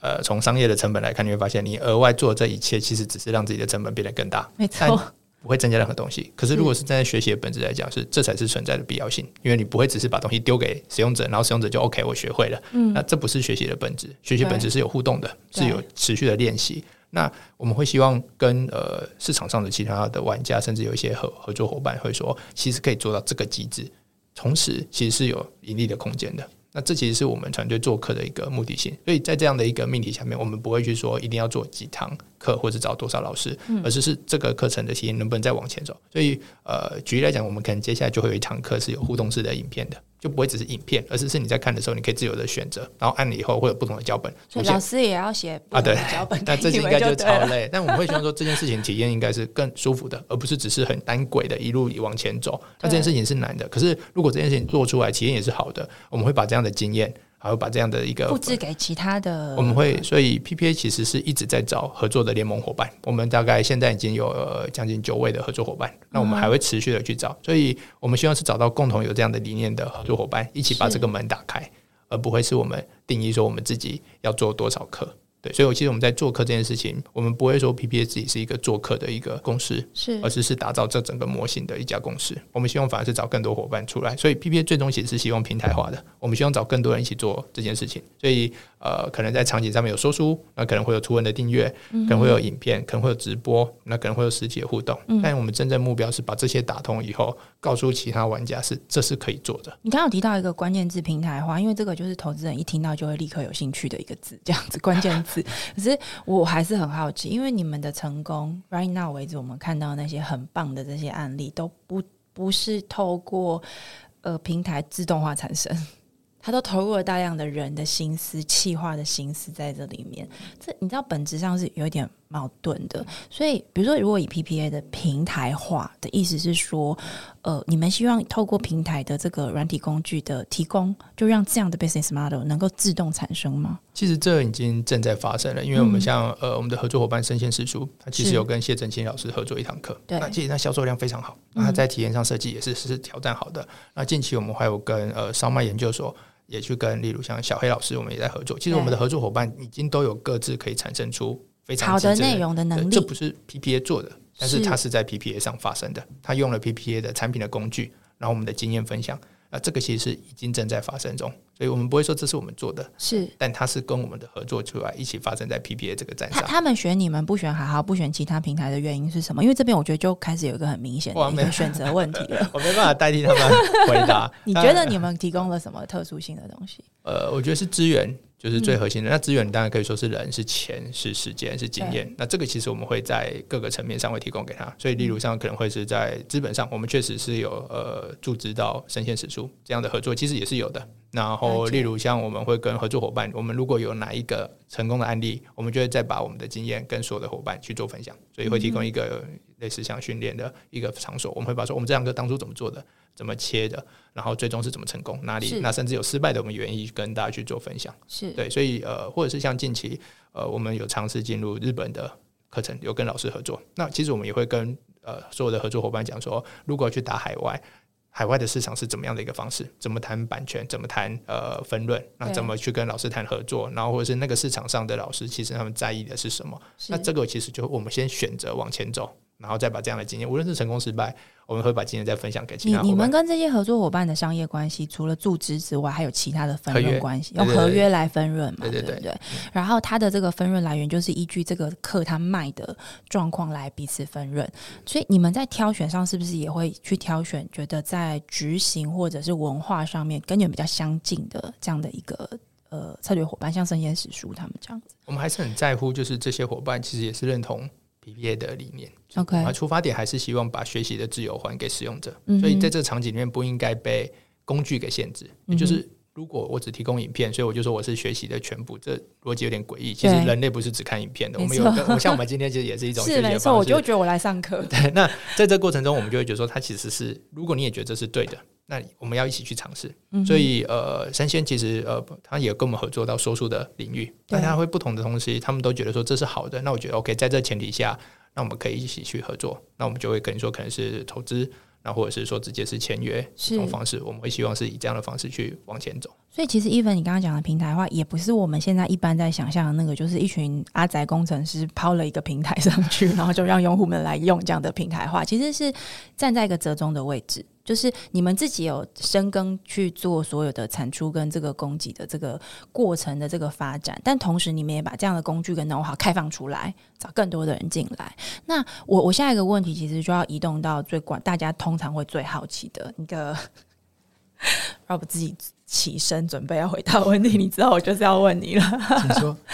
[SPEAKER 3] 呃，从商业的成本来看，你会发现，你额外做这一切，其实只是让自己的成本变得更大，
[SPEAKER 1] 没错，
[SPEAKER 3] 不会增加任何东西。可是，如果是站在学习的本质来讲，
[SPEAKER 1] 嗯
[SPEAKER 3] 是这才是存在的必要性，因为你不会只是把东西丢给使用者，然后使用者就 OK，我学会了。嗯，那这不是学习的本质，学习
[SPEAKER 1] 对
[SPEAKER 3] 本质是有互动的，
[SPEAKER 1] 对
[SPEAKER 3] 是有持续的练习。那我们会希望跟呃市场上的其他的玩家，甚至有一些合合作伙伴会说，其实可以做到这个机制，同时其实是有盈利的空间的。那这其实是我们团队做客的一个目的性，所以在这样的一个命题下面，我们不会去说一定要做几堂课或者找多少老师，而是是这个课程的吸引能不能再往前走。所以呃，举例来讲，我们可能接下来就会有一堂课是有互动式的影片的，就不会只是影片，而是是你在看的时候，你可以自由的选择，然后按了以后会有不同的脚本
[SPEAKER 1] 所
[SPEAKER 3] 出
[SPEAKER 1] 以
[SPEAKER 3] 现
[SPEAKER 1] 老。师也要写
[SPEAKER 3] 啊对
[SPEAKER 1] 脚 本，
[SPEAKER 3] 那这
[SPEAKER 1] 给
[SPEAKER 3] 应
[SPEAKER 1] 你们
[SPEAKER 3] 该就
[SPEAKER 1] 就
[SPEAKER 3] 是
[SPEAKER 1] 对
[SPEAKER 3] 超
[SPEAKER 1] 了。
[SPEAKER 3] 累，但我们会希望说这件事情体验应该是更舒服的，而不是只是很单轨的一路往前走。那这件事情是难的，可是如果这件事情做出来，体验也是好的，我们会把这样的经验，还会把这样的一个
[SPEAKER 1] 布置给其他的，
[SPEAKER 3] 我们会，所以 PPA 其实是一直在找合作的联盟伙伴。我们大概现在已经有呃将近九位的合作伙伴，那我们还会持续的去找。所以我们希望是找到共同有这样的理念的合作伙伴，一起把
[SPEAKER 1] 是
[SPEAKER 3] 这个门打开，而不会是我们定义说我们自己要做多少课。对，所以我其实我们在做课这件事情，我们不会说 PPA 自己是一个做课的一个公司，
[SPEAKER 1] 是
[SPEAKER 3] 而是是打造这整个模型的一家公司。我们希望反而是找更多伙伴出来，所以 PPA 最终其实是希望平台化的，我们希望找更多人一起做这件事情。所以呃，可能在场景上面有说书，那可能会有图文的订阅，可能会有影片，可能会有直播，那可能会有实体的互动。但我们真正目标是把这些打通以后，告诉其他玩家是这是可以做的。
[SPEAKER 1] 你刚刚有提到一个关键字平台化，因为这个就是投资人一听到就会立刻有兴趣的一个字，这样子关键字。 可是我还是很好奇，因为你们的成功，right now 为止，我们看到那些很棒的这些案例，都不不是透过呃平台自动化产生，它都投入了大量的人的心思、气化的心思在这里面。这你知道本质上是有一点矛盾的。所以，比如说，如果以 PPA 的平台化的意思是说，呃，你们希望透过平台的这个软体工具的提供，就让这样的 business model 能够自动产生吗？
[SPEAKER 3] 其实这已经正在发生了，因为我们像、呃我们的合作伙伴生鲜师叔，他其
[SPEAKER 1] 嗯
[SPEAKER 3] 实
[SPEAKER 1] 是
[SPEAKER 3] 有跟谢振清老师合作一堂课，
[SPEAKER 1] 对嗯
[SPEAKER 3] 那其实他销售量非常好，那他在体验上设计也是是挑战好的。那近期我们还有跟呃烧麦研究所。也去跟，例如像小黑老师，我们也在合作。其实
[SPEAKER 1] 对
[SPEAKER 3] 我们的合作伙伴已经都有各自可以产生出非常
[SPEAKER 1] 好的
[SPEAKER 3] 极致
[SPEAKER 1] 内容的能
[SPEAKER 3] 对
[SPEAKER 1] 力
[SPEAKER 3] 这不是 PPA 做的，但是
[SPEAKER 1] 是
[SPEAKER 3] 它是在 PPA 上发生的。它用了 PPA 的产品的工具，然后我们的经验分享，那这个其实是已经正在发生中，所以我们不会说这是我们做的，
[SPEAKER 1] 是。
[SPEAKER 3] 但它是跟我们的合作出来一起发生在 PPA 这个站
[SPEAKER 1] 他
[SPEAKER 3] 上。
[SPEAKER 1] 他们选你们不选还好，不选其他平台的原因是什么？因为这边我觉得就开始有一个很明显
[SPEAKER 3] 哇
[SPEAKER 1] 的一
[SPEAKER 3] 没有
[SPEAKER 1] 个选择问题 了。
[SPEAKER 3] 我没办法代替他们回答。
[SPEAKER 1] 你觉得你们提供了什么特殊性的东西？
[SPEAKER 3] 呃，我觉得是资源就是
[SPEAKER 1] 嗯
[SPEAKER 3] 最核心的。那资源当然可以说是人、是钱、是时间、是经验。那这个其实我们会在各个层面上会提供给他。所以，例如上可能会是在资本上，我们确实是有呃注资到生鲜史书这样的合作，其实也是有的。然后，
[SPEAKER 1] 了解
[SPEAKER 3] 例如像我们会跟合作伙伴，我们如果有哪一个成功的案例，我们就会再把我们的经验跟所有的伙伴去做分享，所以会
[SPEAKER 1] 嗯
[SPEAKER 3] 提供一个类似像训练的一个场所，我们会把说我们这堂课当初怎么做的，怎么切的，然后最终是怎么成功，哪里
[SPEAKER 1] 是
[SPEAKER 3] 那甚至有失败的，我们愿意跟大家去做分享。
[SPEAKER 1] 是
[SPEAKER 3] 对，所以呃，或者是像近期呃，我们有尝试进入日本的课程，有跟老师合作。那其实我们也会跟呃所有的合作伙伴讲说，如果去打海外。海外的市场是怎么样的一个方式？怎么谈版权？怎么谈呃分论？那
[SPEAKER 1] 对
[SPEAKER 3] 怎么去跟老师谈合作？然后或者是那个市场上的老师，其实他们在意的是什么？
[SPEAKER 1] 是
[SPEAKER 3] 那这个其实就我们先选择往前走，然后再把这样的经验，无论是成功失败，我们会把经验再分享给其
[SPEAKER 1] 你
[SPEAKER 3] 他伙
[SPEAKER 1] 你们
[SPEAKER 3] 伴。
[SPEAKER 1] 跟这些合作伙伴的商业关系，除了注资之外，还有其他的分
[SPEAKER 3] 合约
[SPEAKER 1] 润关系，用
[SPEAKER 3] 对对对
[SPEAKER 1] 合约来分润嘛，
[SPEAKER 3] 对对
[SPEAKER 1] 不
[SPEAKER 3] 对
[SPEAKER 1] 对？然后它的这个分润来源就是依据这个课它卖的状况来彼此分润，所以你们在挑选上是不是也会去挑选觉得在执行或者是文化上面跟你们比较相近的这样的一个呃策略伙伴，像生鲜史书他们这样子
[SPEAKER 3] 我们还是很在乎，就是这些伙伴其实也是认同 PPA 的理念。
[SPEAKER 1] ？OK，
[SPEAKER 3] 啊，出发点还是希望把学习的自由还给使用者，
[SPEAKER 1] 嗯哼嗯
[SPEAKER 3] 所以在这个场景里面不应该被工具给限制。也就是如果我只提供影片，所以我就说我是学习的全部，这逻辑有点诡异。其实
[SPEAKER 1] 对
[SPEAKER 3] 人类不是只看影片的，我
[SPEAKER 1] 没
[SPEAKER 3] 们有
[SPEAKER 1] 错
[SPEAKER 3] 个，我像我们今天其实也是一种学 习
[SPEAKER 1] 是
[SPEAKER 3] 的
[SPEAKER 1] 没
[SPEAKER 3] 方
[SPEAKER 1] 错，
[SPEAKER 3] 式。
[SPEAKER 1] 我就觉得我来上 课，
[SPEAKER 3] 对，那在这过程中，我们就会觉得说，它其实是，如果你也觉得这是对的，那我们要一起去尝试。
[SPEAKER 1] 嗯
[SPEAKER 3] 所以，呃，生鲜其实呃，他也跟我们合作到说书的领域，
[SPEAKER 1] 对
[SPEAKER 3] 大家会不同的东西，他们都觉得说这是好的。那我觉得 OK，在这前提下，那我们可以一起去合作。那我们就会跟你说，可能是投资，那或者是说直接是签约
[SPEAKER 1] 是
[SPEAKER 3] 这种方式，我们会希望是以这样的方式去往前走。
[SPEAKER 1] 所以其实 even 你刚刚讲的平台化，也不是我们现在一般在想象的那个，就是一群阿宅工程师抛了一个平台上去，然后就让用户们来用这样的平台化，其实是站在一个折中的位置。就是你们自己有深耕去做所有的产出跟这个供给的这个过程的这个发展，但同时你们也把这样的工具跟 know how 开放出来，找更多的人进来。那我我下一个问题其实就要移动到最广，大家通常会最好奇的 一个，让我自己起身准备要回答问 题，你知道我就是要问你了。
[SPEAKER 2] 请说。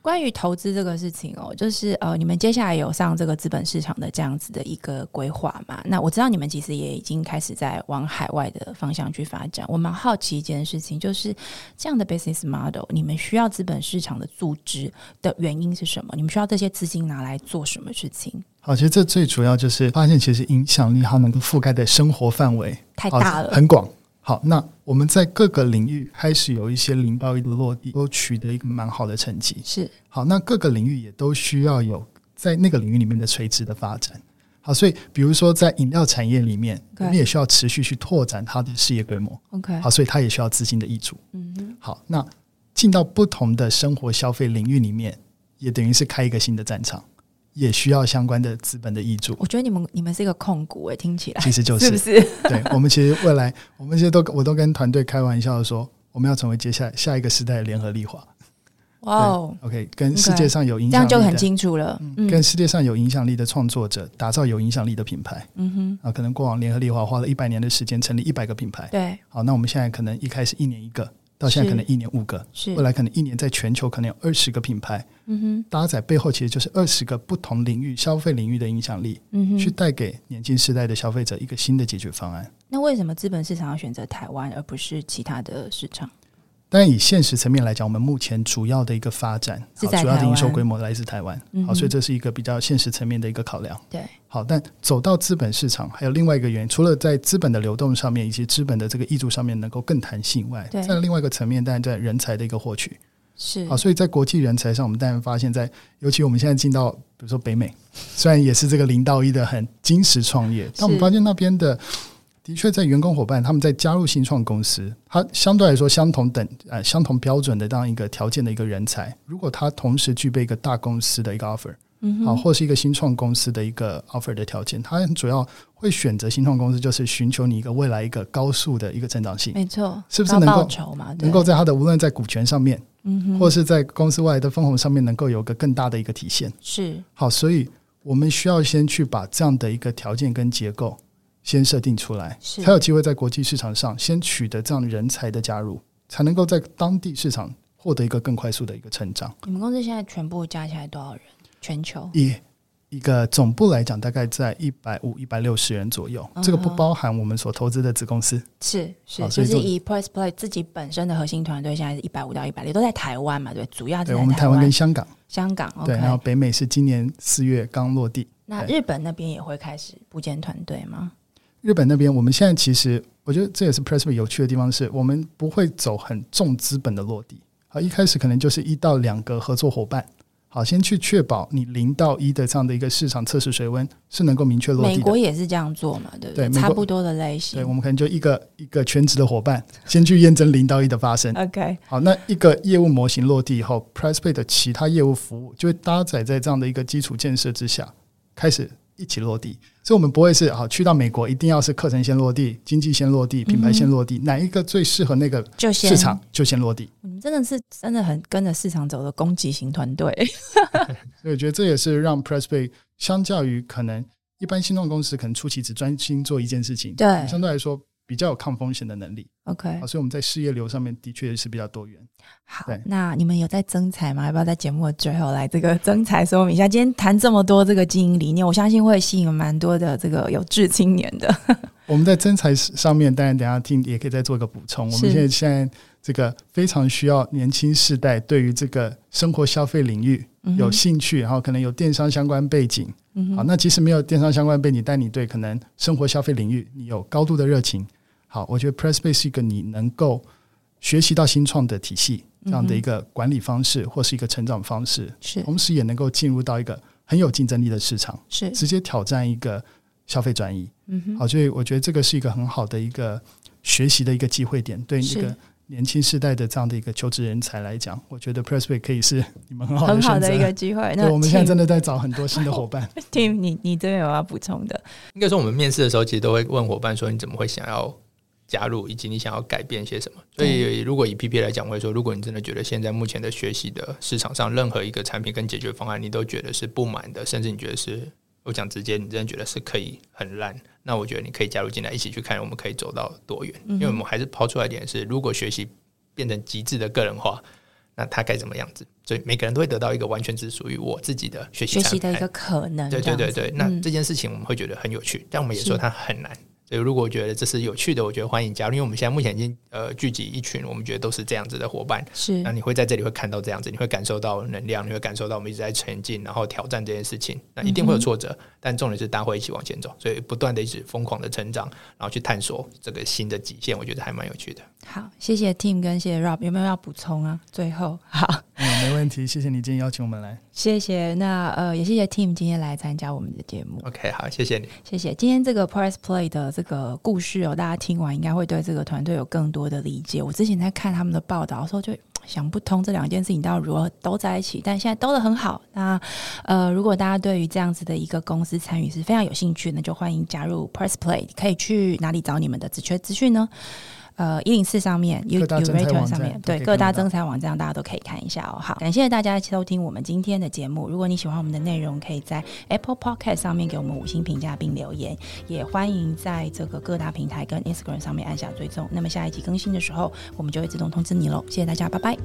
[SPEAKER 1] 关于投资这个事情哦，就是呃，你们接下来有上这个资本市场的这样子的一个规划嘛？那我知道你们其实也已经开始在往海外的方向去发展。我蛮好奇一件事情，就是这样的 business model，你们需要资本市场的组织的原因是什么？你们需要这些资金拿来做什么事情？
[SPEAKER 2] 好，其实这最主要就是发现，其实影响力它能够覆盖的生活范围
[SPEAKER 1] 太
[SPEAKER 2] 好
[SPEAKER 1] 大了，
[SPEAKER 2] 很广。好，那我们在各个领域开始有一些零到一的落地，都取得一个蛮好的成绩。
[SPEAKER 1] 是
[SPEAKER 2] 好，那各个领域也都需要有在那个领域里面的垂直的发展。好，所以比如说在饮料产业里面，我
[SPEAKER 1] 对
[SPEAKER 2] 们也需要持续去拓展它的事业规模。
[SPEAKER 1] OK，
[SPEAKER 2] 好，所以它也需要资金的挹注。
[SPEAKER 1] 嗯哼，
[SPEAKER 2] 好，那进到不同的生活消费领域里面，也等于是开一个新的战场，也需要相关的资本的挹注。
[SPEAKER 1] 我觉得你们你们是一个控股诶，听起来
[SPEAKER 2] 其实就是
[SPEAKER 1] 不是？
[SPEAKER 2] 对，我们其实未来，我们其实都我都跟团队开玩笑说，我们要成为接下来下一个时代的联合利华。
[SPEAKER 1] 哇哦，
[SPEAKER 2] 对，OK，跟世界上有影
[SPEAKER 1] 这
[SPEAKER 2] 响
[SPEAKER 1] 样
[SPEAKER 2] 力的，
[SPEAKER 1] 就很清楚了。嗯
[SPEAKER 2] 跟世界上有影响力的创作者，打造有影响力的品牌
[SPEAKER 1] 嗯哼，
[SPEAKER 2] 啊。可能过往联合利华花了一百年的时间成立一百个品牌，
[SPEAKER 1] 对，
[SPEAKER 2] 好，那我们现在可能一开始一年一个，到现在可能一年五个，
[SPEAKER 1] 是
[SPEAKER 2] 未，来可能一年在全球可能有二十个品牌，
[SPEAKER 1] 嗯哼，
[SPEAKER 2] 搭载背后其实就是二十个不同领域消费领域的影响力，
[SPEAKER 1] 嗯哼，
[SPEAKER 2] 去带给年轻世代的消费者一个新的解决方案。
[SPEAKER 1] 那为什么资本市场要选择台湾而不是其他的市场？
[SPEAKER 2] 但以现实层面来讲，我们目前主要的一个发展，
[SPEAKER 1] 是
[SPEAKER 2] 好
[SPEAKER 1] 在
[SPEAKER 2] 主要的
[SPEAKER 1] 台湾
[SPEAKER 2] 营收规模来自台湾，
[SPEAKER 1] 嗯
[SPEAKER 2] 好，
[SPEAKER 1] 哼
[SPEAKER 2] 所以这是一个比较现实层面的一个考量。
[SPEAKER 1] 对，
[SPEAKER 2] 好，但走到资本市场，还有另外一个原因，除了在资本的流动上面以及资本的这个益助上面能够更弹性以外，
[SPEAKER 1] 对
[SPEAKER 2] 在另外一个层面，当然在人才的一个获取。
[SPEAKER 1] 是
[SPEAKER 2] 好，啊所以在国际人才上，我们当然发现在，尤其我们现在进到比如说北美，虽然也是这个零到一的很金石创业，但我们发现那边的的确在员工伙伴他们在加入新创公司，他相对来说相同等呃相同标准的这样一个条件的一个人才，如果他同时具备一个大公司的一个 offer，
[SPEAKER 1] 嗯
[SPEAKER 2] 好，
[SPEAKER 1] 哼，
[SPEAKER 2] 或是一个新创公司的一个 offer 的条件，他主要会选择新创公司，就是寻求你一个未来一个高速的一个增长性，
[SPEAKER 1] 没错，
[SPEAKER 2] 是不是
[SPEAKER 1] 高
[SPEAKER 2] 能够
[SPEAKER 1] 报酬嘛？哎对
[SPEAKER 2] 能够在他的无论在股权上面。
[SPEAKER 1] 嗯哼，
[SPEAKER 2] 或是在公司外的分红上面能够有个更大的一个体现。
[SPEAKER 1] 是
[SPEAKER 2] 好，所以我们需要先去把这样的一个条件跟结构先设定出来，
[SPEAKER 1] 是
[SPEAKER 2] 才有机会在国际市场上先取得这样人才的加入，才能够在当地市场获得一个更快速的一个成长。
[SPEAKER 1] 你们公司现在全部加起来多少人？全球
[SPEAKER 2] 以一个总部来讲，大概在一百五、一百六十人左右，
[SPEAKER 1] 嗯哼
[SPEAKER 2] 这个不包含我们所投资的子公司。
[SPEAKER 1] 是是，
[SPEAKER 2] 好
[SPEAKER 1] 就
[SPEAKER 2] 所以
[SPEAKER 1] 是
[SPEAKER 2] 做
[SPEAKER 1] 以 Press Play 自己本身的核心团队，现在是一百五到一百六，都在台湾嘛？对，主要是
[SPEAKER 2] 对，
[SPEAKER 1] 在
[SPEAKER 2] 我们台湾
[SPEAKER 1] 湾
[SPEAKER 2] 跟、香港，
[SPEAKER 1] 香港。
[SPEAKER 2] 对，然后哎
[SPEAKER 1] OK，
[SPEAKER 2] 北美是今年四月刚落地。
[SPEAKER 1] 那日本那边也会开始部建团队吗？
[SPEAKER 2] 日本那边，我们现在其实我觉得这也是 Pressme 有趣的地方，是我们不会走很重资本的落地。好，一开始可能就是一到两个合作伙伴，好，先去确保你零到一的这样的一个市场测试水温是能够明确落
[SPEAKER 1] 美
[SPEAKER 2] 地
[SPEAKER 1] 国
[SPEAKER 2] 的。
[SPEAKER 1] 也是这样做嘛？对不
[SPEAKER 2] 对美国
[SPEAKER 1] 差不多的类型
[SPEAKER 2] 对，。我们可能就一个一个全职的伙伴，先去验证零到一的发生。
[SPEAKER 1] OK，
[SPEAKER 2] 好，那一个业务模型落地以后，PricePay 的其他业务服务就会搭载在这样的一个基础建设之下，开始一起落地。所以，我们不会是好去到美国，一定要是课程先落地，经济先落地，品牌先落地，哪一个最适合那个
[SPEAKER 1] 就先
[SPEAKER 2] 市场就先落地。
[SPEAKER 1] 你们真的是真的很跟着市场走的攻击型团 队，
[SPEAKER 2] 所以，我觉得这也是让 PricePay 相较于可能一般新创公司，可能初期只专心做一件事情，
[SPEAKER 1] 对
[SPEAKER 2] 相对来说比较有抗风险的能力。
[SPEAKER 1] OK，
[SPEAKER 2] 好，所以我们在事业流上面的确是比较多元。
[SPEAKER 1] 好
[SPEAKER 2] 对，
[SPEAKER 1] 那你们有在增财吗？要不要在节目的最后来这个增财说明一下？今天谈这么多这个经营理念，我相信会吸引蛮多的这个有志青年 的。
[SPEAKER 2] 我们在真材上面，当然等一下听也可以再做一个补充。我们
[SPEAKER 1] 是
[SPEAKER 2] 现在现在这个非常需要年轻世代对于这个生活消费领域
[SPEAKER 1] 嗯哼
[SPEAKER 2] 有兴趣，然后可能有电商相关背景。
[SPEAKER 1] 嗯
[SPEAKER 2] 好，
[SPEAKER 1] 哼，
[SPEAKER 2] 那即使没有电商相关背景，但你对可能生活消费领域你有高度的热情。好，我觉得 Pressbase 是一个你能够学习到新创的体系这样的一个管理方式，或是一个成长方式，
[SPEAKER 1] 是
[SPEAKER 2] 同时也能够进入到一个很有竞争力的市场，
[SPEAKER 1] 是，
[SPEAKER 2] 直接挑战一个消费转移。
[SPEAKER 1] 嗯哼，
[SPEAKER 2] 好，所以我觉得这个是一个很好的一个学习的一个机会点，对
[SPEAKER 1] 是
[SPEAKER 2] 那个年轻世代的这样的一个求职人才来讲，我觉得 Pressway 可以是你们很好
[SPEAKER 1] 很
[SPEAKER 2] 的
[SPEAKER 1] 好
[SPEAKER 2] 选择。
[SPEAKER 1] 的一个机会。那
[SPEAKER 2] 对，我们现 在
[SPEAKER 1] Tim-
[SPEAKER 2] 真的在找很多新的 伙伴。
[SPEAKER 1] Tim，你你这边有要补充 的？
[SPEAKER 3] 应该说，我们面试的时候，其实都会问伙伴说，你怎么会想要加入，以及你想要改变些什么。所以，如果以 PP 来讲，我会说，如果你真的觉得现在目前的学习的市场上任何一个产品跟解决方案，你都觉得是不满的，甚至你觉得是，我讲直接，你真的觉得是可以很烂，那我觉得你可以加入进来，一起去看我们可以走到多远。
[SPEAKER 1] 嗯
[SPEAKER 3] 因为我们还是抛出来一点是，如果学习变成极致的个人化。那它该怎么样子？所以每个人都会得到一个完全只属于我自己的学习
[SPEAKER 1] 学
[SPEAKER 3] 产
[SPEAKER 1] 习的一
[SPEAKER 3] 品
[SPEAKER 1] 个可能，
[SPEAKER 3] 对
[SPEAKER 1] 这
[SPEAKER 3] 对
[SPEAKER 1] 样
[SPEAKER 3] 对
[SPEAKER 1] 子
[SPEAKER 3] 对，那
[SPEAKER 1] 嗯
[SPEAKER 3] 这件事情我们会觉得很有趣，但我们也
[SPEAKER 1] 是
[SPEAKER 3] 说它很难。所以如果觉得这是有趣的，我觉得欢迎加入，因为我们现在目前已经呃聚集一群我们觉得都是这样子的伙伴，
[SPEAKER 1] 是
[SPEAKER 3] 那你会在这里会看到这样子，你会感受到能量，你会感受到我们一直在前进，然后挑战这件事情，那
[SPEAKER 1] 嗯
[SPEAKER 3] 一定会有挫折，但重点是大家会一起往前走，所以不断的一直疯狂的成长，然后去探索这个新的极限，我觉得还蛮有趣的。
[SPEAKER 1] 好，谢谢 Tim 跟谢谢 Rob，有没有要补充啊？最后好。
[SPEAKER 2] 嗯，没问题，谢谢你今天邀请我们来。
[SPEAKER 1] 谢谢，那呃，也谢谢 Team 今天来参加我们的节目，
[SPEAKER 3] OK，好，谢谢你。
[SPEAKER 1] 谢谢。今天这个 Press Play 的这个故事哦，大家听完应该会对这个团队有更多的理解。我之前在看他们的报道的时候，就想不通这两件事情到底如何都在一起，但现在都的很好。那呃，如果大家对于这样子的一个公司参与是非常有兴趣，那就欢迎加入 Press Play。可以去哪里找你们的职缺资讯呢？呃，一零四上面有有
[SPEAKER 2] 各大征才
[SPEAKER 1] r a t
[SPEAKER 2] 网
[SPEAKER 1] o
[SPEAKER 2] 站
[SPEAKER 1] 上面，
[SPEAKER 2] 都
[SPEAKER 1] 对
[SPEAKER 2] 可以看
[SPEAKER 1] 各大
[SPEAKER 2] 得到
[SPEAKER 1] 征才网站大家都可以看一下哦。好，感谢大家收听我们今天的节目。如果你喜欢我们的内容，可以在 Apple Podcast 上面给我们五星评价并留言，也欢迎在这个各大平台跟 Instagram 上面按下追踪。那么下一集更新的时候，我们就会自动通知你喽。谢谢大家，拜拜。